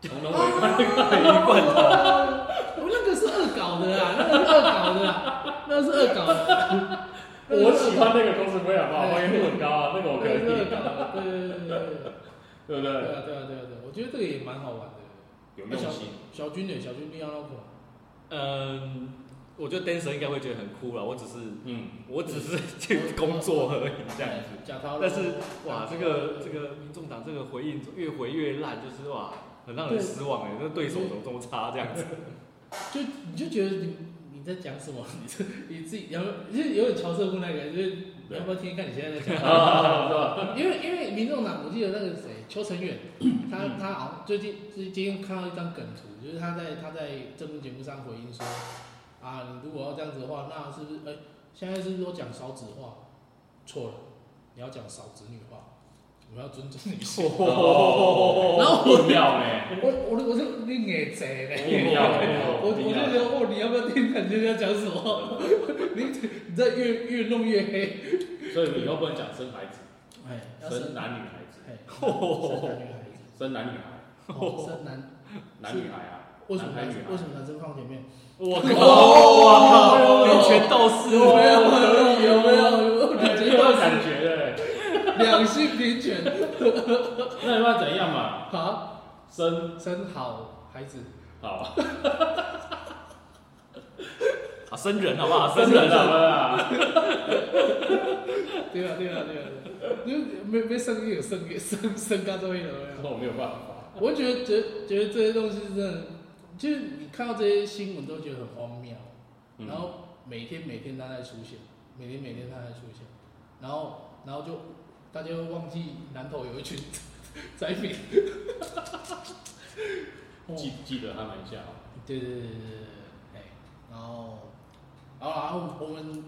[SPEAKER 3] 铜龙尾
[SPEAKER 1] 哦
[SPEAKER 3] 鱼，
[SPEAKER 1] 一罐的。我那个是恶搞的啊，那个是恶搞的啊，那个是恶搞的。
[SPEAKER 3] 我喜欢那个 cosplay 好不好？
[SPEAKER 1] 哎
[SPEAKER 3] 还原度很高啊，那个
[SPEAKER 1] 那
[SPEAKER 3] 我
[SPEAKER 1] 个
[SPEAKER 3] 可
[SPEAKER 1] 是恶
[SPEAKER 3] 以，
[SPEAKER 1] 搞的，对对对对对。
[SPEAKER 3] 对不
[SPEAKER 1] 对啊
[SPEAKER 3] 对？
[SPEAKER 1] 对啊对啊对啊，我觉得这个也蛮好玩的。
[SPEAKER 3] 有
[SPEAKER 1] 那
[SPEAKER 3] 用
[SPEAKER 1] 小
[SPEAKER 3] 心。
[SPEAKER 1] 小军呢？小军不要那个。
[SPEAKER 2] 嗯，我觉得 dancer 应该会觉得很酷了，我只是
[SPEAKER 3] 嗯，
[SPEAKER 2] 我只是去工作而已这样子。
[SPEAKER 1] 假涛。
[SPEAKER 2] 但是哇，这个这个民众党这个回应越回越烂，就是哇，很让人失望哎，这对手怎么这么差这样子？
[SPEAKER 1] 就你就觉得你你在讲什么？ 你这你自己有没有就是有点乔瑟夫那个，就是你要不要听听看你现在在讲 什么？
[SPEAKER 3] 啊，
[SPEAKER 1] 因为因为民众党，我记得那个谁邱成 远，他他好像最近最今天看到一张梗图，就是他在他在政论节目上回应说，啊，你如果要这样子的话，那是不是哎、现在是不是都讲少子化？错了，你要讲少子女化，我们要尊重女性。
[SPEAKER 3] 哦，
[SPEAKER 1] 然后我
[SPEAKER 3] 硬要呢，
[SPEAKER 1] 我我我是你眼贼嘞，
[SPEAKER 3] 硬要
[SPEAKER 1] 我我就觉
[SPEAKER 3] 呢，
[SPEAKER 1] 得哦，你要不要听看你在讲什么？你你在越越弄越黑，
[SPEAKER 3] 所以你以后不能讲生孩子，
[SPEAKER 1] 哎，要
[SPEAKER 3] 生
[SPEAKER 1] 生
[SPEAKER 3] 男女孩子，
[SPEAKER 1] 哎，生男女孩子，
[SPEAKER 3] 生男女孩，
[SPEAKER 1] 哦生男
[SPEAKER 3] 男女孩啊，
[SPEAKER 1] 为什么
[SPEAKER 3] 男
[SPEAKER 1] 男
[SPEAKER 3] 孩女孩
[SPEAKER 1] 为什么男生放前面？
[SPEAKER 2] 我
[SPEAKER 1] 靠
[SPEAKER 2] 靠，有权斗 士
[SPEAKER 1] 有没有
[SPEAKER 3] 可以哦
[SPEAKER 1] 有没有 有没
[SPEAKER 3] 哎
[SPEAKER 1] 有
[SPEAKER 3] 这有感觉嘞，
[SPEAKER 1] 两性平权？
[SPEAKER 3] 那你要怎样嘛？
[SPEAKER 1] 好，
[SPEAKER 3] 生
[SPEAKER 1] 生好孩子，
[SPEAKER 3] 好，
[SPEAKER 2] 啊，生人好不好？生
[SPEAKER 3] 生
[SPEAKER 2] 人
[SPEAKER 3] 人
[SPEAKER 2] 啊
[SPEAKER 3] 好，了 啦，
[SPEAKER 1] 对啊对啊对啊对啊，就没没生也有生也生生高中也有没有？
[SPEAKER 3] 我没有办法，
[SPEAKER 1] 我觉得觉觉得这些东西真的，就是你看到这些新闻都觉得很荒谬，
[SPEAKER 3] 嗯
[SPEAKER 1] 然后每天每天它在出现，每天每天它在出现，然后然后就大家会忘记南头有一群 宅民。 哦
[SPEAKER 3] 记记得他们一下哦。
[SPEAKER 1] 对对对对对对，哎，然后，好啦然后我们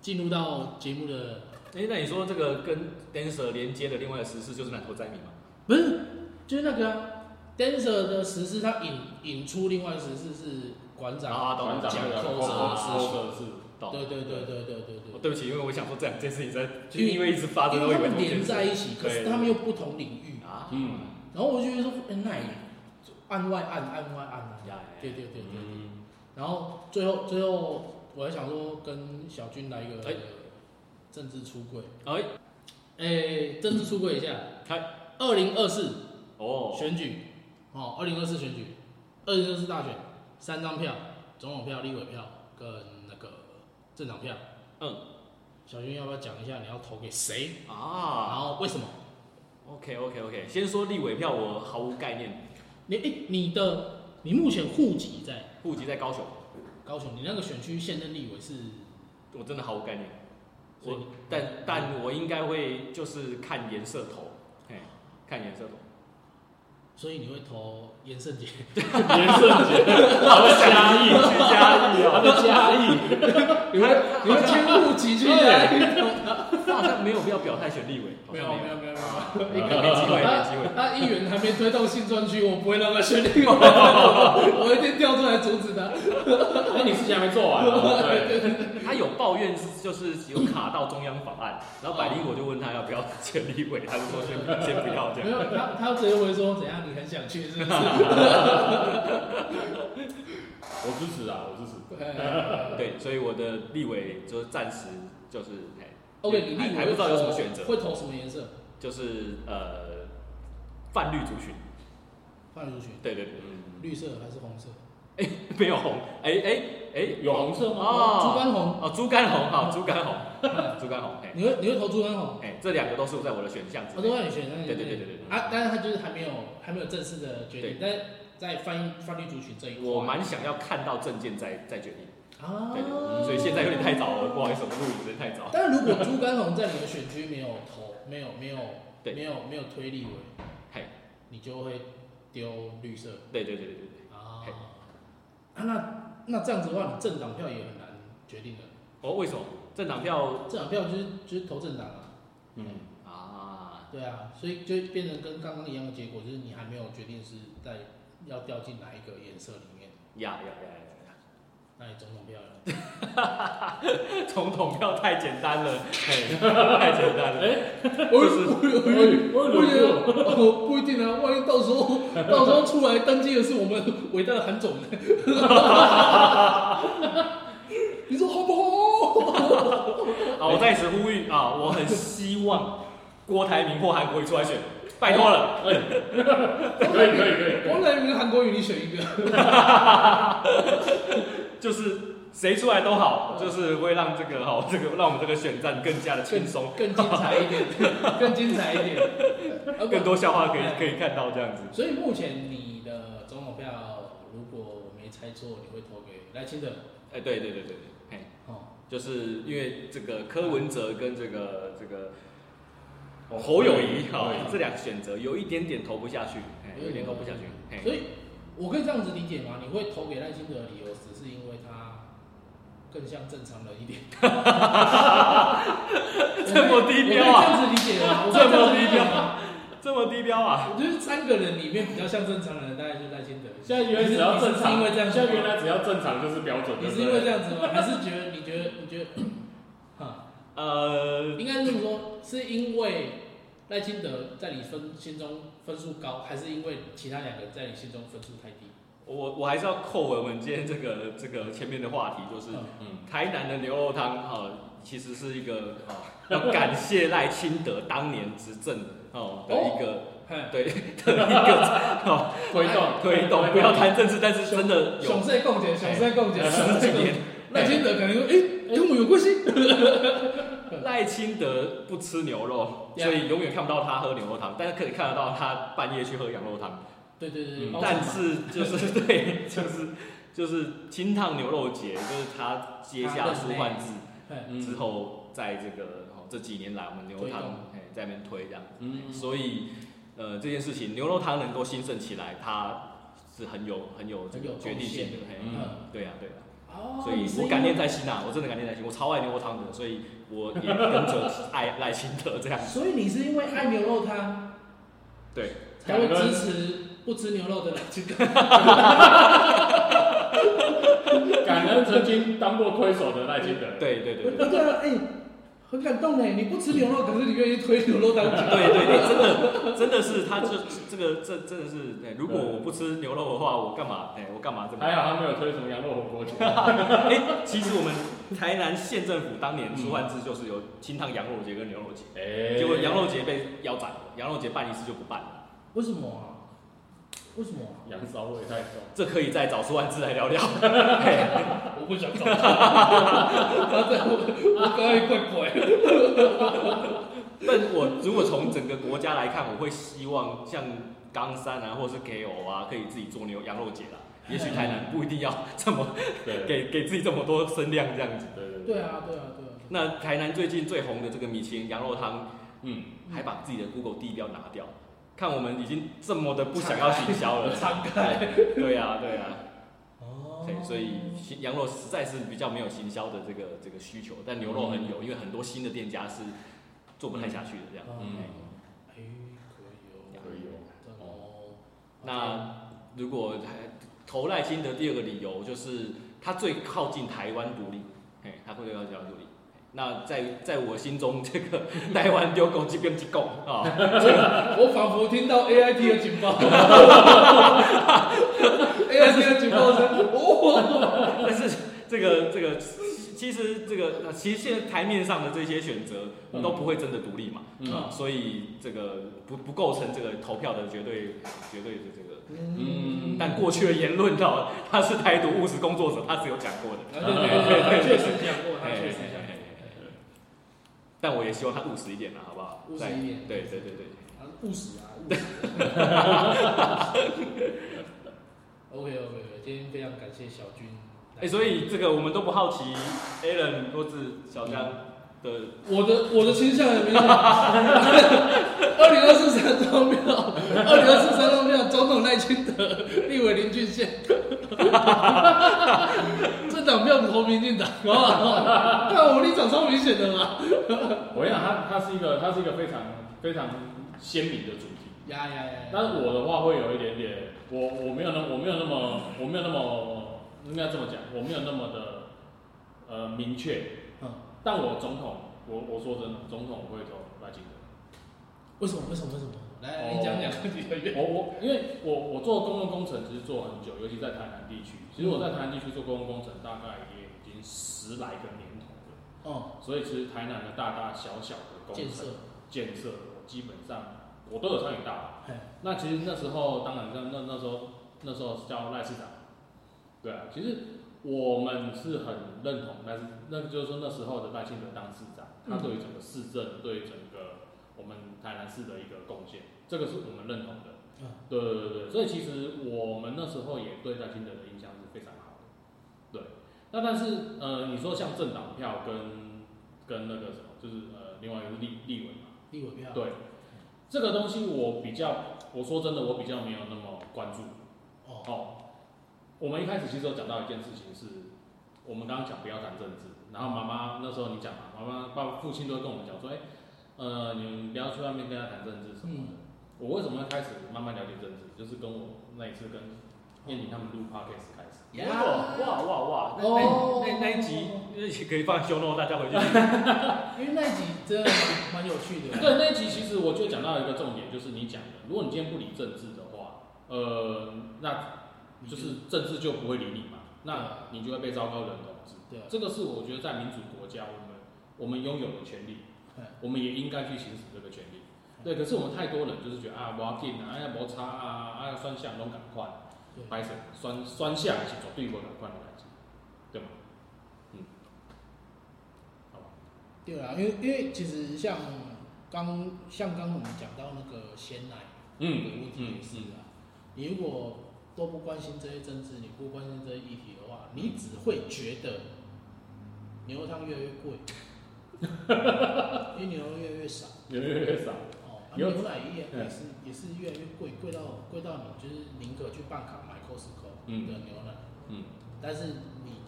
[SPEAKER 1] 进入到节目的，
[SPEAKER 2] 哎，那你说这个跟 dancer 连接的另外的实事就是南投灾民嘛？
[SPEAKER 1] 不是，就是那个、啊、dancer 的实施，它引引出另外实施是馆长，
[SPEAKER 2] 啊，懂
[SPEAKER 3] 团
[SPEAKER 2] 了
[SPEAKER 3] 长
[SPEAKER 1] 讲
[SPEAKER 3] 那个哦
[SPEAKER 1] 扣
[SPEAKER 2] 扣
[SPEAKER 3] 扣扣扣是
[SPEAKER 2] 懂
[SPEAKER 1] 对
[SPEAKER 2] 了。
[SPEAKER 1] 对对对对对
[SPEAKER 2] 哦
[SPEAKER 1] 对，
[SPEAKER 2] 对不起，因为我想说这两件事情在，就是因为一直发生，
[SPEAKER 1] 因
[SPEAKER 2] 我
[SPEAKER 1] 为
[SPEAKER 2] 以
[SPEAKER 1] 他
[SPEAKER 2] 为
[SPEAKER 1] 们
[SPEAKER 2] 同一件
[SPEAKER 1] 连
[SPEAKER 2] 事
[SPEAKER 1] 在一起，可是
[SPEAKER 2] 对
[SPEAKER 1] 他们又不同领域，
[SPEAKER 2] 啊，
[SPEAKER 3] 嗯
[SPEAKER 1] 然后我就觉得说，哎、那也案外案案外案啊，
[SPEAKER 2] 呀，
[SPEAKER 1] 对对对对，
[SPEAKER 3] 嗯，
[SPEAKER 1] 然后最后最后我还想说跟小军来一个
[SPEAKER 2] 哎
[SPEAKER 1] 政治出柜。
[SPEAKER 2] 哎，
[SPEAKER 1] 哎、政治出柜一下，
[SPEAKER 2] 开
[SPEAKER 1] 二零二四
[SPEAKER 2] 哦，
[SPEAKER 1] 选举，哦，二零二四选举，二零二四大选，三张票，总统票、立委票跟那个政党票。
[SPEAKER 2] 嗯
[SPEAKER 1] 小军要不要讲一下你要投给谁？然
[SPEAKER 2] 啊
[SPEAKER 1] 后为什么？
[SPEAKER 2] ，OK OK OK，先说立委票，我毫无概念，
[SPEAKER 1] 你哎、你的你目前户籍在
[SPEAKER 2] 户籍在高雄，
[SPEAKER 1] 高雄，你那个选区现任立委是？
[SPEAKER 2] 我真的毫无概念，
[SPEAKER 1] 所以
[SPEAKER 2] 我
[SPEAKER 1] 你
[SPEAKER 2] 但但我应该会就是看颜色投，嘿，看颜色投，
[SPEAKER 1] 所以你会投严胜杰？
[SPEAKER 3] 严圣杰，
[SPEAKER 2] 好 嘉义去嘉义
[SPEAKER 3] 他
[SPEAKER 2] 哦，
[SPEAKER 3] 的嘉义，
[SPEAKER 1] 你 会 你会迁户籍去哪里投？
[SPEAKER 2] 他好像没有必要表态选立委，好
[SPEAKER 1] 没
[SPEAKER 2] 像
[SPEAKER 1] 有
[SPEAKER 2] 没
[SPEAKER 1] 没有没有
[SPEAKER 2] 有，
[SPEAKER 1] 没有。
[SPEAKER 2] 应该没机会没机会。
[SPEAKER 1] 他他议员还没推动新专区，我不会让他选立委， 我一定跳出来阻止他。
[SPEAKER 3] 那你事情还没做完哦， 对，
[SPEAKER 2] 他有抱怨，就是有卡到中央法案，然后百灵果就问他要不要选立委，他就说先先不要这
[SPEAKER 1] 没
[SPEAKER 2] 样。
[SPEAKER 1] 有，他他直接会说怎样？你很想去是不是？
[SPEAKER 3] 我支持啊，我支持。
[SPEAKER 1] 呃
[SPEAKER 2] 对，所以我的立委就暂时就是，哎
[SPEAKER 1] OK，你立委
[SPEAKER 2] 还还不知道有什么选择
[SPEAKER 1] 会投什么颜色？
[SPEAKER 2] 就是呃，泛绿族群，
[SPEAKER 1] 放出去，
[SPEAKER 2] 对对对，
[SPEAKER 3] 嗯，
[SPEAKER 1] 绿色还是红色？
[SPEAKER 2] 没有红，哎哎哎，
[SPEAKER 3] 有红色吗？
[SPEAKER 1] 猪
[SPEAKER 2] 哦，
[SPEAKER 1] 肝红，
[SPEAKER 2] 哦，猪肝红， 好，猪肝红，猪肝红，哎
[SPEAKER 1] 你会你会投猪肝红？
[SPEAKER 2] 哎，这两个都是在我的选项之
[SPEAKER 1] 我都
[SPEAKER 2] 内。
[SPEAKER 1] 让你选，让你
[SPEAKER 2] 对
[SPEAKER 1] 选
[SPEAKER 2] 对对对对，
[SPEAKER 1] 啊，但是他就是还没有还没有正式的决定
[SPEAKER 2] 对，
[SPEAKER 1] 但在翻译翻译族群这一块，
[SPEAKER 2] 我蛮想要看到证件再再决定。
[SPEAKER 1] 啊
[SPEAKER 2] 对，所以现在有点太早了，不好意思，我们录影真的太早。
[SPEAKER 1] 但如果朱甘红在你的选区没有投，没有没有
[SPEAKER 2] 对
[SPEAKER 1] 没有没有推立委，
[SPEAKER 2] 嘿，
[SPEAKER 1] 你就会丢绿色
[SPEAKER 2] 对对对对对，
[SPEAKER 1] 啊
[SPEAKER 2] 嘿。
[SPEAKER 1] 啊，那那这样子的话，你政党票也很难决定的。
[SPEAKER 2] 哦，为什么政党票
[SPEAKER 1] 政党票就是就是投政党啊，
[SPEAKER 3] 嗯，
[SPEAKER 2] 啊？
[SPEAKER 1] 对啊，所以就变成跟刚刚一样的结果，就是你还没有决定是在要掉进哪一个颜色里面，
[SPEAKER 2] 呀呀呀
[SPEAKER 1] 那你总统票 了。
[SPEAKER 2] 呀呀！总统票太简单了，嘿， 太简单了。
[SPEAKER 1] 我
[SPEAKER 2] 就是
[SPEAKER 1] 我我
[SPEAKER 3] 我
[SPEAKER 1] 我觉得哦不一定啊，万一到时候到时候出来登记的是我们伟大的韩 总呢。你说好不好？
[SPEAKER 2] 啊，我在此呼吁啊，我很希望郭台铭或韩国瑜出来选，拜托了。
[SPEAKER 3] 可以可以可以，
[SPEAKER 1] 王乃明、韩国瑜，你选一个。
[SPEAKER 2] 就是谁出来都好，就是会让这个哈，这个让我们这个选战更加的轻松，
[SPEAKER 1] 更精彩一 点，更精彩一点，啊
[SPEAKER 2] 更。多笑话可以
[SPEAKER 1] 哎
[SPEAKER 2] 可以看到这样子。
[SPEAKER 1] 所以目前你的总统票，如果我没猜错，你会投给赖清德
[SPEAKER 2] 哎，对对对对对，嘿，
[SPEAKER 1] 哦，
[SPEAKER 2] 就是因为这个柯文哲跟这个这个侯友谊哈
[SPEAKER 3] 对，
[SPEAKER 2] 这两个选择有一点点投不下去，嘿有一点投不下去，
[SPEAKER 1] 所
[SPEAKER 2] 嘿，
[SPEAKER 1] 以我可以这样子理解吗？你会投给赖清德的理由，只是因为他更像正常人一点。
[SPEAKER 2] 这么低调啊！
[SPEAKER 1] 我可以这样子理解吗？我可以
[SPEAKER 2] 这
[SPEAKER 1] 样
[SPEAKER 2] 么
[SPEAKER 1] 子理
[SPEAKER 2] 低
[SPEAKER 1] 解
[SPEAKER 2] 调
[SPEAKER 1] 吗
[SPEAKER 2] 啊，这么低标啊！
[SPEAKER 1] 我觉得三个人里面比较像正常人，大概就是赖清德。
[SPEAKER 3] 现在原来只要正常，
[SPEAKER 1] 你是因为这样子
[SPEAKER 3] 现在原来只要正常就是标准，
[SPEAKER 1] 你
[SPEAKER 3] 对
[SPEAKER 1] 是
[SPEAKER 3] 不
[SPEAKER 1] 因为
[SPEAKER 3] 对
[SPEAKER 1] 这样子吗？还是觉得你觉得你觉得，哈，
[SPEAKER 2] 呃，
[SPEAKER 1] 应该这么说，是因为赖清德在你分心中分数高，还是因为其他两个在你心中分数太低？
[SPEAKER 2] 我我还是要扣回我们今天这个这个前面的话题，就是
[SPEAKER 3] 嗯，
[SPEAKER 2] 台南的牛肉汤哦，其实是一个哦，要感谢赖清德当年执政哦的一个、
[SPEAKER 1] 嗨，
[SPEAKER 2] 对 的一个哦
[SPEAKER 3] 推动
[SPEAKER 2] 推动，不要谈政治，但是真的有哎
[SPEAKER 1] 熊赛共解，熊赛共解，
[SPEAKER 2] 十几年，
[SPEAKER 1] 赖清德可能说，哎，跟我有关系。
[SPEAKER 2] 赖清德不吃牛肉，
[SPEAKER 1] Yeah
[SPEAKER 2] 所以永远看不到他喝牛肉汤，但是可以看得到他半夜去喝羊肉汤，
[SPEAKER 1] 对对对，
[SPEAKER 3] 嗯
[SPEAKER 1] 包
[SPEAKER 2] 但
[SPEAKER 1] 子嘛
[SPEAKER 2] 是就是 对，就是就是清烫牛肉节，就是他接
[SPEAKER 1] 他
[SPEAKER 2] 下
[SPEAKER 1] 任
[SPEAKER 2] 舒
[SPEAKER 1] 内
[SPEAKER 2] 焕智
[SPEAKER 1] 嗨
[SPEAKER 3] 嗯
[SPEAKER 2] 之后，在这个、哦、这几年来，我们牛肉汤
[SPEAKER 1] 推动
[SPEAKER 2] 哎在那边推这样。
[SPEAKER 3] 嗯，
[SPEAKER 2] 所以，呃，这件事情牛肉汤能够兴盛起来，它是很有很有这
[SPEAKER 1] 很有
[SPEAKER 2] 个决定性的
[SPEAKER 1] 贡。
[SPEAKER 2] 嘿，
[SPEAKER 3] 嗯
[SPEAKER 1] 嗯
[SPEAKER 2] 对呀、啊对呀、
[SPEAKER 1] 哦
[SPEAKER 2] 所以
[SPEAKER 1] 你是
[SPEAKER 2] 我
[SPEAKER 1] 因
[SPEAKER 2] 感
[SPEAKER 1] 为
[SPEAKER 2] 念在心啊，我真的感念在心，我超爱牛肉汤的，所以我也跟着爱赖清德这样。
[SPEAKER 1] 所以你是因为爱牛肉汤，
[SPEAKER 2] 对，
[SPEAKER 1] 才会支持不吃牛 肉的人去干。
[SPEAKER 3] 感恩曾经当过推手的赖清德，，
[SPEAKER 2] 对对对对
[SPEAKER 1] 对啊，哎、很感动哎！你不吃牛肉，可是你愿意推牛肉当
[SPEAKER 2] 对
[SPEAKER 1] 家。
[SPEAKER 2] 对对，真的真的是他这这个这真的是，对如果我不吃牛肉的话，我干嘛？哎，我干嘛这么？
[SPEAKER 3] 还好他没有推什么羊肉火锅去，
[SPEAKER 2] 哎，其实我们台南县政府当年舒焕智就是有清汤羊肉节跟牛肉节，
[SPEAKER 3] 哎
[SPEAKER 2] 结果羊肉节被腰斩了，羊肉节办一次就不办了。
[SPEAKER 1] 为什么啊？为什么啊、
[SPEAKER 3] 羊骚味太重，
[SPEAKER 2] 这可以再找苏万志来聊聊。
[SPEAKER 1] 我不想搞。 他在我我刚才怪怪。
[SPEAKER 2] 但我如果从整个国家来看，我会希望像冈山啊，或是 KO 啊，可以自己做牛羊肉节啦。也许台南不一定要这么
[SPEAKER 3] 对对
[SPEAKER 2] 给给自己这么多声量这样子。
[SPEAKER 3] 对对，
[SPEAKER 1] 对啊，对啊，对啊。
[SPEAKER 2] 那台南最近最红的这个米其林羊肉汤，
[SPEAKER 3] 嗯，
[SPEAKER 2] 还把自己的 Google 地标拿掉，看我们已经这么的不想要行销 了。
[SPEAKER 1] 敞开。
[SPEAKER 2] 对呀、对呀、
[SPEAKER 1] 啊哦
[SPEAKER 2] 对，所以羊肉实在是比较没有行销的这个这个需求，但牛肉很有，因为很多新的店家是做不太下去的这样。
[SPEAKER 1] 嗯
[SPEAKER 3] 嗯，
[SPEAKER 1] 哎、可以哦，
[SPEAKER 3] 可以哦
[SPEAKER 1] 真的哦。
[SPEAKER 2] 那如果投赖清德第二个理由就是他最靠近台湾独立，嘿，他会最靠近台湾独立。那在在我心中，这个台湾丢狗这边机构啊，
[SPEAKER 1] 我仿佛听到 AIT 的警报，AIT 的警报声，哦，
[SPEAKER 2] 但是这个这个其实这个其实现在台面上的这些选择都不会真的独立嘛，
[SPEAKER 3] 嗯，
[SPEAKER 2] 所以这个不不构成这个投票的绝对绝对的这个。
[SPEAKER 3] 嗯
[SPEAKER 2] 但过去的言论到他是台独务实工作者，他是有讲过的。
[SPEAKER 1] 啊对对对，他确实讲 过，他
[SPEAKER 2] 哎
[SPEAKER 1] 确
[SPEAKER 2] 哎
[SPEAKER 1] 实
[SPEAKER 2] 哎
[SPEAKER 1] 讲
[SPEAKER 2] 哎
[SPEAKER 1] 过，
[SPEAKER 2] 哎但我也希望他务实一点啦，好不好？
[SPEAKER 1] 务实一点
[SPEAKER 2] 对对对对，
[SPEAKER 1] 啊务实啊，务实。OK OK，今天非常感谢小军
[SPEAKER 2] 哎、所以这个我们都不好奇 Alan 或是小江的
[SPEAKER 4] 我的我的倾向也没有， 二零二四三张票，二零二四三张票，总统赖清德，立委林俊宪， 这党票投民进党， 好不好看我立场超明显的嘛，
[SPEAKER 3] 我跟你讲，它它是一个它是一个非常非常鲜明的主题。
[SPEAKER 4] 呀呀呀！
[SPEAKER 3] 但是我的话会有一点点，我我没有那我没有那么我没有那么应该这么讲，我没有那么的呃明确。
[SPEAKER 4] 嗯
[SPEAKER 3] 但我总统，我我说真的，总统我会投赖清德。
[SPEAKER 1] 为什么？为什么？为什么？
[SPEAKER 4] 来，你讲讲你的愿
[SPEAKER 3] 我我因为我我做公共工程其实做很久，尤其在台南地区。其实我在台南地区做公共工程大概也已经十来个年头了，
[SPEAKER 1] 哦，
[SPEAKER 3] 所以其实台南的大大小小的工程
[SPEAKER 1] 建设，
[SPEAKER 3] 建设，我基本上我都有参与到。啊
[SPEAKER 1] 嘿，
[SPEAKER 3] 那其实那时候，当然那那那时候那时候叫赖市长，对啊，其实我们是很认同赖市，那就是说那时候的赖清德当市长，他对于整个市政，对于整个我们台南市的一个贡献，这个是我们认同的。
[SPEAKER 1] 嗯
[SPEAKER 3] 对对对对，所以其实我们那时候也对赖清德的印象是非常好的。对，那但是呃，你说像政党票跟跟那个什么，就是呃，另外一个是立立委嘛，
[SPEAKER 1] 立委票，
[SPEAKER 3] 对，这个东西我比较，我说真的，我比较没有那么关注。
[SPEAKER 1] 哦，
[SPEAKER 3] 哦，我们一开始其实有讲到一件事情是，我们刚刚讲不要谈政治，然后妈妈那时候你讲嘛，妈妈爸爸父亲都会跟我们讲说，哎、呃，你们不要去外面跟他谈政治什么
[SPEAKER 1] 嗯
[SPEAKER 3] 的。
[SPEAKER 4] 嗯
[SPEAKER 3] 我为什么会开始慢慢了解政治，就是跟我那一次跟燕妮他们录 podcast 开始。
[SPEAKER 4] 呀
[SPEAKER 2] 哇哇哇！那
[SPEAKER 1] 哦
[SPEAKER 2] 那那那一集那一集可以放修诺，大家回去。
[SPEAKER 1] 因为那一集真的蛮有趣的，
[SPEAKER 3] 对，那一集其实我就讲到一个重点，就是你讲的，如果你今天不理政治的话，呃，那就是政治就不会理你嘛，那你就会被糟糕的人统治。
[SPEAKER 1] 对啊
[SPEAKER 3] 这个是我觉得在民主国家，我们我们拥有的权利
[SPEAKER 4] 哎
[SPEAKER 1] 对，
[SPEAKER 3] 我们也应该去行使这个权利。对，可是我们太多人就是觉得啊，我要进啊，哎呀，摩擦啊，啊，酸相拢赶快
[SPEAKER 1] 对，
[SPEAKER 3] 白神酸酸相是绝对无赶快的感觉，对吗？嗯，好吧，
[SPEAKER 1] 对啊啦，因为因为其实像刚像刚我们讲到那个鲜奶的
[SPEAKER 3] 嗯
[SPEAKER 1] 问题也是啊，你如果都不关心这些政治，你不关心这些议题的话，你只会觉得牛肉汤越来越 贵，因为牛肉越来越少。
[SPEAKER 3] 越来越少。
[SPEAKER 1] 哦，啊
[SPEAKER 3] 有
[SPEAKER 1] 牛奶也
[SPEAKER 3] 嗯
[SPEAKER 1] 也是也是越来越贵，贵到贵到你就是宁可去办卡买 Costco
[SPEAKER 3] 嗯
[SPEAKER 1] 的牛奶，
[SPEAKER 3] 嗯。
[SPEAKER 1] 但是你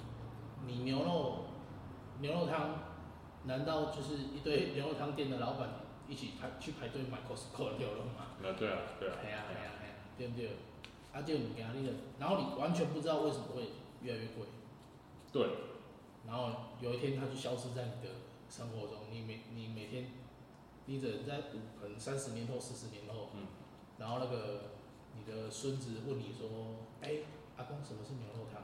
[SPEAKER 1] 你牛肉牛肉汤，难道就是一堆牛肉汤店的老板一起排去排队买 Costco 的牛肉吗？
[SPEAKER 3] 啊，对啊，对啊，
[SPEAKER 1] 哎呀哎呀哎呀，对不对？啊，就你给他那个，然后你完全不知道为什么会越来越贵，
[SPEAKER 3] 对，
[SPEAKER 1] 然后有一天它就消失在你的生活中，你每你每天，你只能在五可能三十年后、四十年后，
[SPEAKER 3] 嗯
[SPEAKER 1] 然后那个你的孙子问你说：“哎、阿公，什么是牛肉汤？”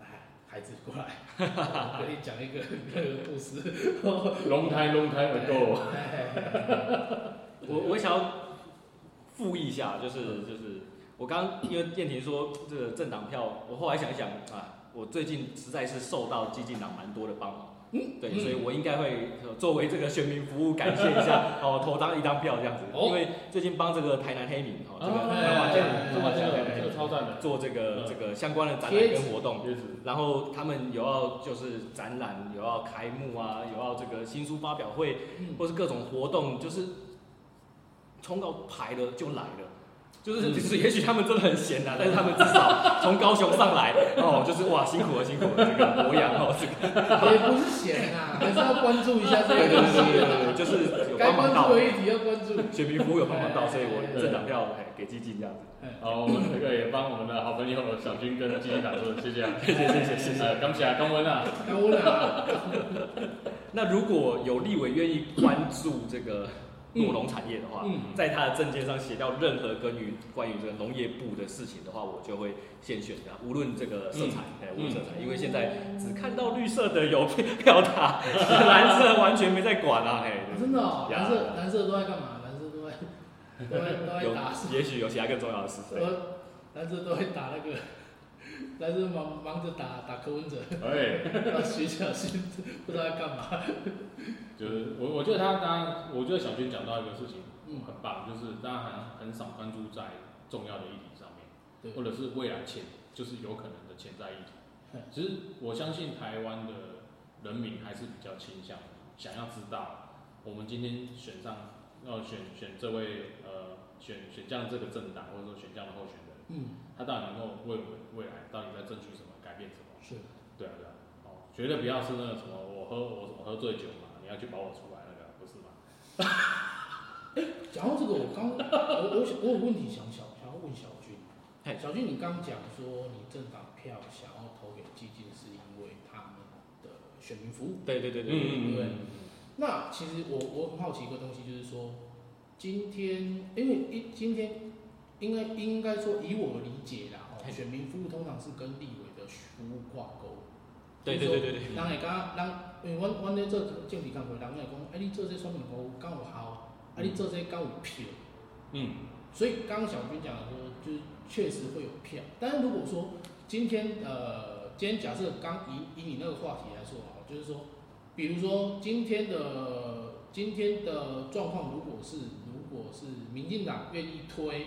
[SPEAKER 1] 哎，孩子过来，我给你讲一个那个故事。
[SPEAKER 3] 龙胎龙胎不够，
[SPEAKER 2] 我我想要复议一下，就是就是我刚因为燕婷说这个政党票，我后来想一想啊，我最近实在是受到激进党蛮多的帮忙，
[SPEAKER 1] 嗯
[SPEAKER 2] 对，所以我应该会呃作为这个选民服务感谢一下，哦，投张一张票这样子，
[SPEAKER 1] 哦
[SPEAKER 2] 因为最近帮这个台南黑民哦，这个
[SPEAKER 1] 啊
[SPEAKER 2] 台
[SPEAKER 1] 哎
[SPEAKER 2] 湾这
[SPEAKER 1] 这
[SPEAKER 2] 样
[SPEAKER 1] 个这个这个
[SPEAKER 3] 这个这
[SPEAKER 2] 台湾
[SPEAKER 3] 个这个超赞的，
[SPEAKER 2] 做这个
[SPEAKER 3] 嗯
[SPEAKER 2] 这个相关的展览跟活动，
[SPEAKER 3] 确实，
[SPEAKER 2] 然后他们有要就是展览，有要开幕啊，有要这个新书发表会，
[SPEAKER 1] 嗯
[SPEAKER 2] 或是各种活动，就是冲到排了就来了。就是
[SPEAKER 3] 嗯
[SPEAKER 2] 就是，也许他们真的很闲啊呐、但是他们至少从高雄上来哦，就是哇，辛苦了，辛苦了，这个博洋哦，这个
[SPEAKER 1] 也不是闲啊，还是要关注一下这些东西。
[SPEAKER 2] 就是有
[SPEAKER 1] 该
[SPEAKER 2] 帮忙
[SPEAKER 1] 关
[SPEAKER 2] 到
[SPEAKER 1] 注的议题要关注。
[SPEAKER 2] 选民服务有帮忙到，所以我
[SPEAKER 1] 对
[SPEAKER 2] 政党票哎给基金这样子，
[SPEAKER 1] 哎
[SPEAKER 3] 好，我们这个也帮我们的好朋友小军跟基金打说谢谢 啊，
[SPEAKER 2] 谢谢谢谢谢谢。
[SPEAKER 3] 呃，感谢啊，感恩啊，
[SPEAKER 1] 那我哪？
[SPEAKER 2] 那如果有立委愿意关注这个诺农产业的话，
[SPEAKER 1] 嗯
[SPEAKER 2] 在他的证件上写到任何关于关于这个农业部的事情的话，我就会先选它，无论这个色彩，哎、无论色彩，因为现在只看到绿色的有表达，蓝色完全没在管啊，哎、
[SPEAKER 1] 真的、哦，
[SPEAKER 2] 呀
[SPEAKER 1] 蓝色蓝色都在干嘛？蓝色 都在都在都在打
[SPEAKER 2] 有也许有其他更重要的事情。
[SPEAKER 1] 我男生都会打那个，男生忙忙着打打柯文哲，
[SPEAKER 3] 哎，
[SPEAKER 1] 然后徐小新不知道在干嘛。
[SPEAKER 3] 就是我我觉得他他，我觉得小军讲到一个事情
[SPEAKER 1] 嗯，
[SPEAKER 3] 很棒，就是大家好像很少关注在重要的议题上面，
[SPEAKER 1] 对
[SPEAKER 3] 或者是未来潜就是有可能的潜在议题，其实我相信台湾的人民还是比较倾向想要知道，我们今天选上要选选这位呃选选将这个政党，或者说选将的候选人，
[SPEAKER 1] 嗯，
[SPEAKER 3] 他到底能够为我们未来到底在争取什么，改变什么？
[SPEAKER 1] 是，
[SPEAKER 3] 对啊对啊，哦，绝对不要是那个什么我喝我什么喝醉酒嘛，你要去保我出来那个，不是吗？
[SPEAKER 1] 讲到这个，我刚我我想我有问题想想想要问小军
[SPEAKER 2] 嘿，
[SPEAKER 1] 小军，你刚讲说你政党票想要投给激进，是因为他们的选民服务。
[SPEAKER 2] 对对对对，
[SPEAKER 3] 嗯
[SPEAKER 1] 对那其实我我很好奇一个东西，就是说，今天因为一今天应该应该说以我的理解啦，哦，
[SPEAKER 2] 嘿
[SPEAKER 1] 选民服务通常是跟立委的服务挂钩。
[SPEAKER 2] 对对对对对，
[SPEAKER 1] 人会讲，人因为阮阮咧做政治工作，人会讲，哎、你做这选民服务敢有效？啊，你做这敢有票？
[SPEAKER 3] 嗯，
[SPEAKER 1] 所以刚刚小军讲的说，就是确实会有票。但是如果说今天呃，今天假设刚以以你那个话题来说啊，就是说，比如说今天的今天的状况，如果是如果是民进党愿意推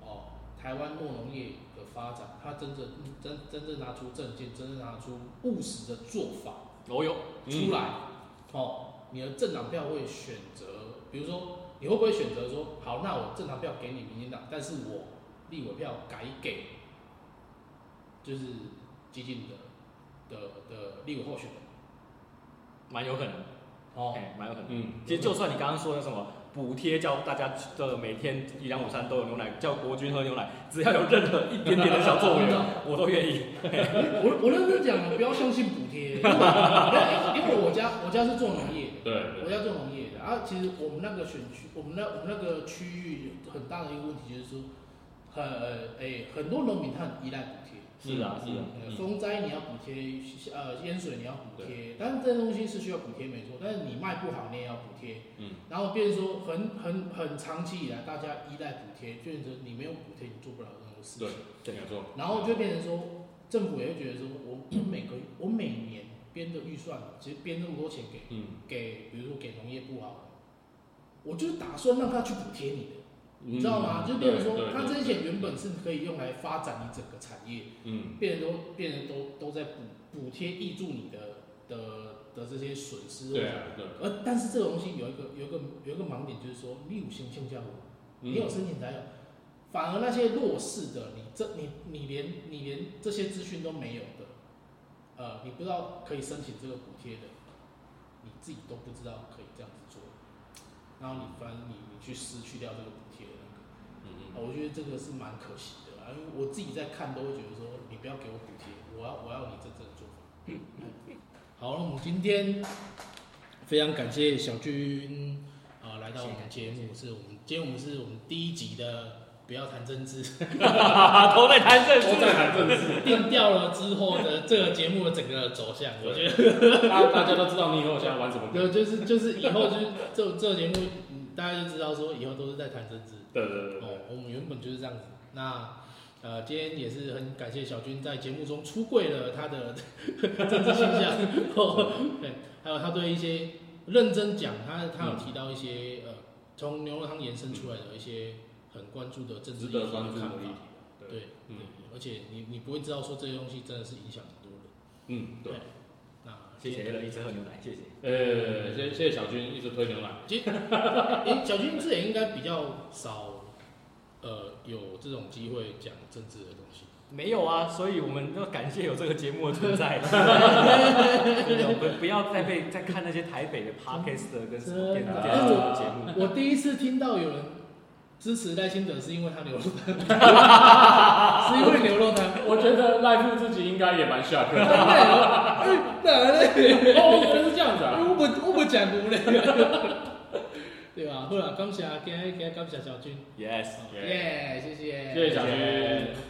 [SPEAKER 1] 哦台湾诺农业的发展，他真正真真正拿出证件，真正拿出务实的做法，
[SPEAKER 2] 哦哟，
[SPEAKER 1] 出来，哦，你的政党票会选择，比如说你会不会选择说，好，那我政党票给你民进党，但是我立委票改给就是激进的的的立委候选人，
[SPEAKER 2] 蛮有可能，
[SPEAKER 1] 哦，
[SPEAKER 2] 哎，蛮有可能。
[SPEAKER 3] 嗯
[SPEAKER 2] 其实就算你刚刚说的什么补贴，叫大家的每天一两午餐都有牛奶，叫国军喝牛奶，只要有任何一点点的小作为，我都愿意。
[SPEAKER 1] 哎我我认真讲，啊不要相信补贴， 因为因为我家我家是做农业的。
[SPEAKER 3] 对
[SPEAKER 1] 我
[SPEAKER 3] 对，
[SPEAKER 1] 要做农业的啊，其实我们那个选区，我们那我们那个区域很大的一个问题就是说，很呃诶、很多农民他很依赖补贴，
[SPEAKER 2] 是啊，是啊，
[SPEAKER 1] 呃，
[SPEAKER 3] 嗯
[SPEAKER 1] 风灾你要补贴，呃，淹水你要补贴，但是这些东西是需要补贴没错，但是你卖不好你也要补贴，
[SPEAKER 3] 嗯，
[SPEAKER 1] 然后变成说很很很长期以来大家依赖补贴，变成你没有补贴你做不了任何事情
[SPEAKER 3] 对，
[SPEAKER 2] 对
[SPEAKER 3] 没错，
[SPEAKER 1] 然后就变成说政府也会觉得说我我每个我每年编的预算其实编那么多钱给
[SPEAKER 3] 嗯
[SPEAKER 1] 给，比如说给农业部好了，我就是打算让他去补贴你的，你
[SPEAKER 3] 你
[SPEAKER 1] 知道吗？就变成说
[SPEAKER 3] 嗯对
[SPEAKER 1] 他这些钱原本是可以用来发展你整个产业。
[SPEAKER 3] 嗯
[SPEAKER 1] 变得都变得都都在补补贴挹注你的的的这些损失。
[SPEAKER 3] 对啊对，
[SPEAKER 1] 而但是这个东西有一个有一个有一个盲点，就是说你有先欠下我，
[SPEAKER 3] 嗯
[SPEAKER 1] 你有申请才有。反而那些弱势的，你这你你连你连这些资讯都没有的，呃，你不知道可以申请这个补贴的，你自己都不知道可以这样子做，然后你反而你你去失去掉这个补贴的那个
[SPEAKER 3] 嗯
[SPEAKER 1] 啊我觉得这个是蛮可惜的啦，因为我自己在看都会觉得说，你不要给我补贴，我要我要你真正的做法。好，那我们今天非常感谢小军啊、来到我们节目，是我们今天我们是我们第一集的不要谈政治
[SPEAKER 2] 都在谈政
[SPEAKER 3] 嗯，都在
[SPEAKER 2] 治。
[SPEAKER 3] 谈政治，
[SPEAKER 1] 定掉了之后的这个节目的整个走向，我觉得
[SPEAKER 3] 大大家都知道你以后想要玩什么歌，
[SPEAKER 1] 有 就是就是以后就是这这个节目，嗯大家就知道说以后都是在谈政治。
[SPEAKER 3] 对对对对
[SPEAKER 1] 哦，我们原本就是这样子。那呃，今天也是很感谢小军在节目中出柜了他的 政治倾向，哦，对，还有他对一些认真讲，他他有提到一些、呃，从牛肉汤延伸出来的一些很关注的政治
[SPEAKER 3] 值
[SPEAKER 1] 议题
[SPEAKER 3] 得
[SPEAKER 1] 的
[SPEAKER 3] 关注
[SPEAKER 1] 看
[SPEAKER 3] 的
[SPEAKER 1] 法。
[SPEAKER 3] 议题，
[SPEAKER 1] 对，嗯
[SPEAKER 3] 嗯，
[SPEAKER 1] 而且你你不会知道说这些东西真的是影响很多人。
[SPEAKER 3] 嗯对。
[SPEAKER 1] 那
[SPEAKER 2] 谢谢
[SPEAKER 1] 今
[SPEAKER 2] A
[SPEAKER 1] 天
[SPEAKER 2] 人一直喝牛奶，谢谢。
[SPEAKER 3] 呃，谢谢谢小军一直推牛奶。
[SPEAKER 1] 其实，诶小军这也应该比较少，呃，有这种机会讲政治的东西。
[SPEAKER 2] 没有啊，所以我们要感谢有这个节目的存 在。真的我们不要再被再看那些台北的 podcast 的跟什么电
[SPEAKER 1] 真的
[SPEAKER 2] 电视节目。
[SPEAKER 1] 我第一次听到有人支持赖清德，是因为他牛肉汤，是因为牛肉汤。
[SPEAKER 3] 我觉得赖富自己应该也蛮 shock 的。
[SPEAKER 1] 哎哪嘞？
[SPEAKER 3] 哦，原来是这样子啊。
[SPEAKER 1] 我不我不讲牛嘞，对吧？好了，感谢，今天今天感谢小军，
[SPEAKER 2] Yes。
[SPEAKER 3] 耶
[SPEAKER 1] 耶，谢谢，
[SPEAKER 3] 谢谢小军。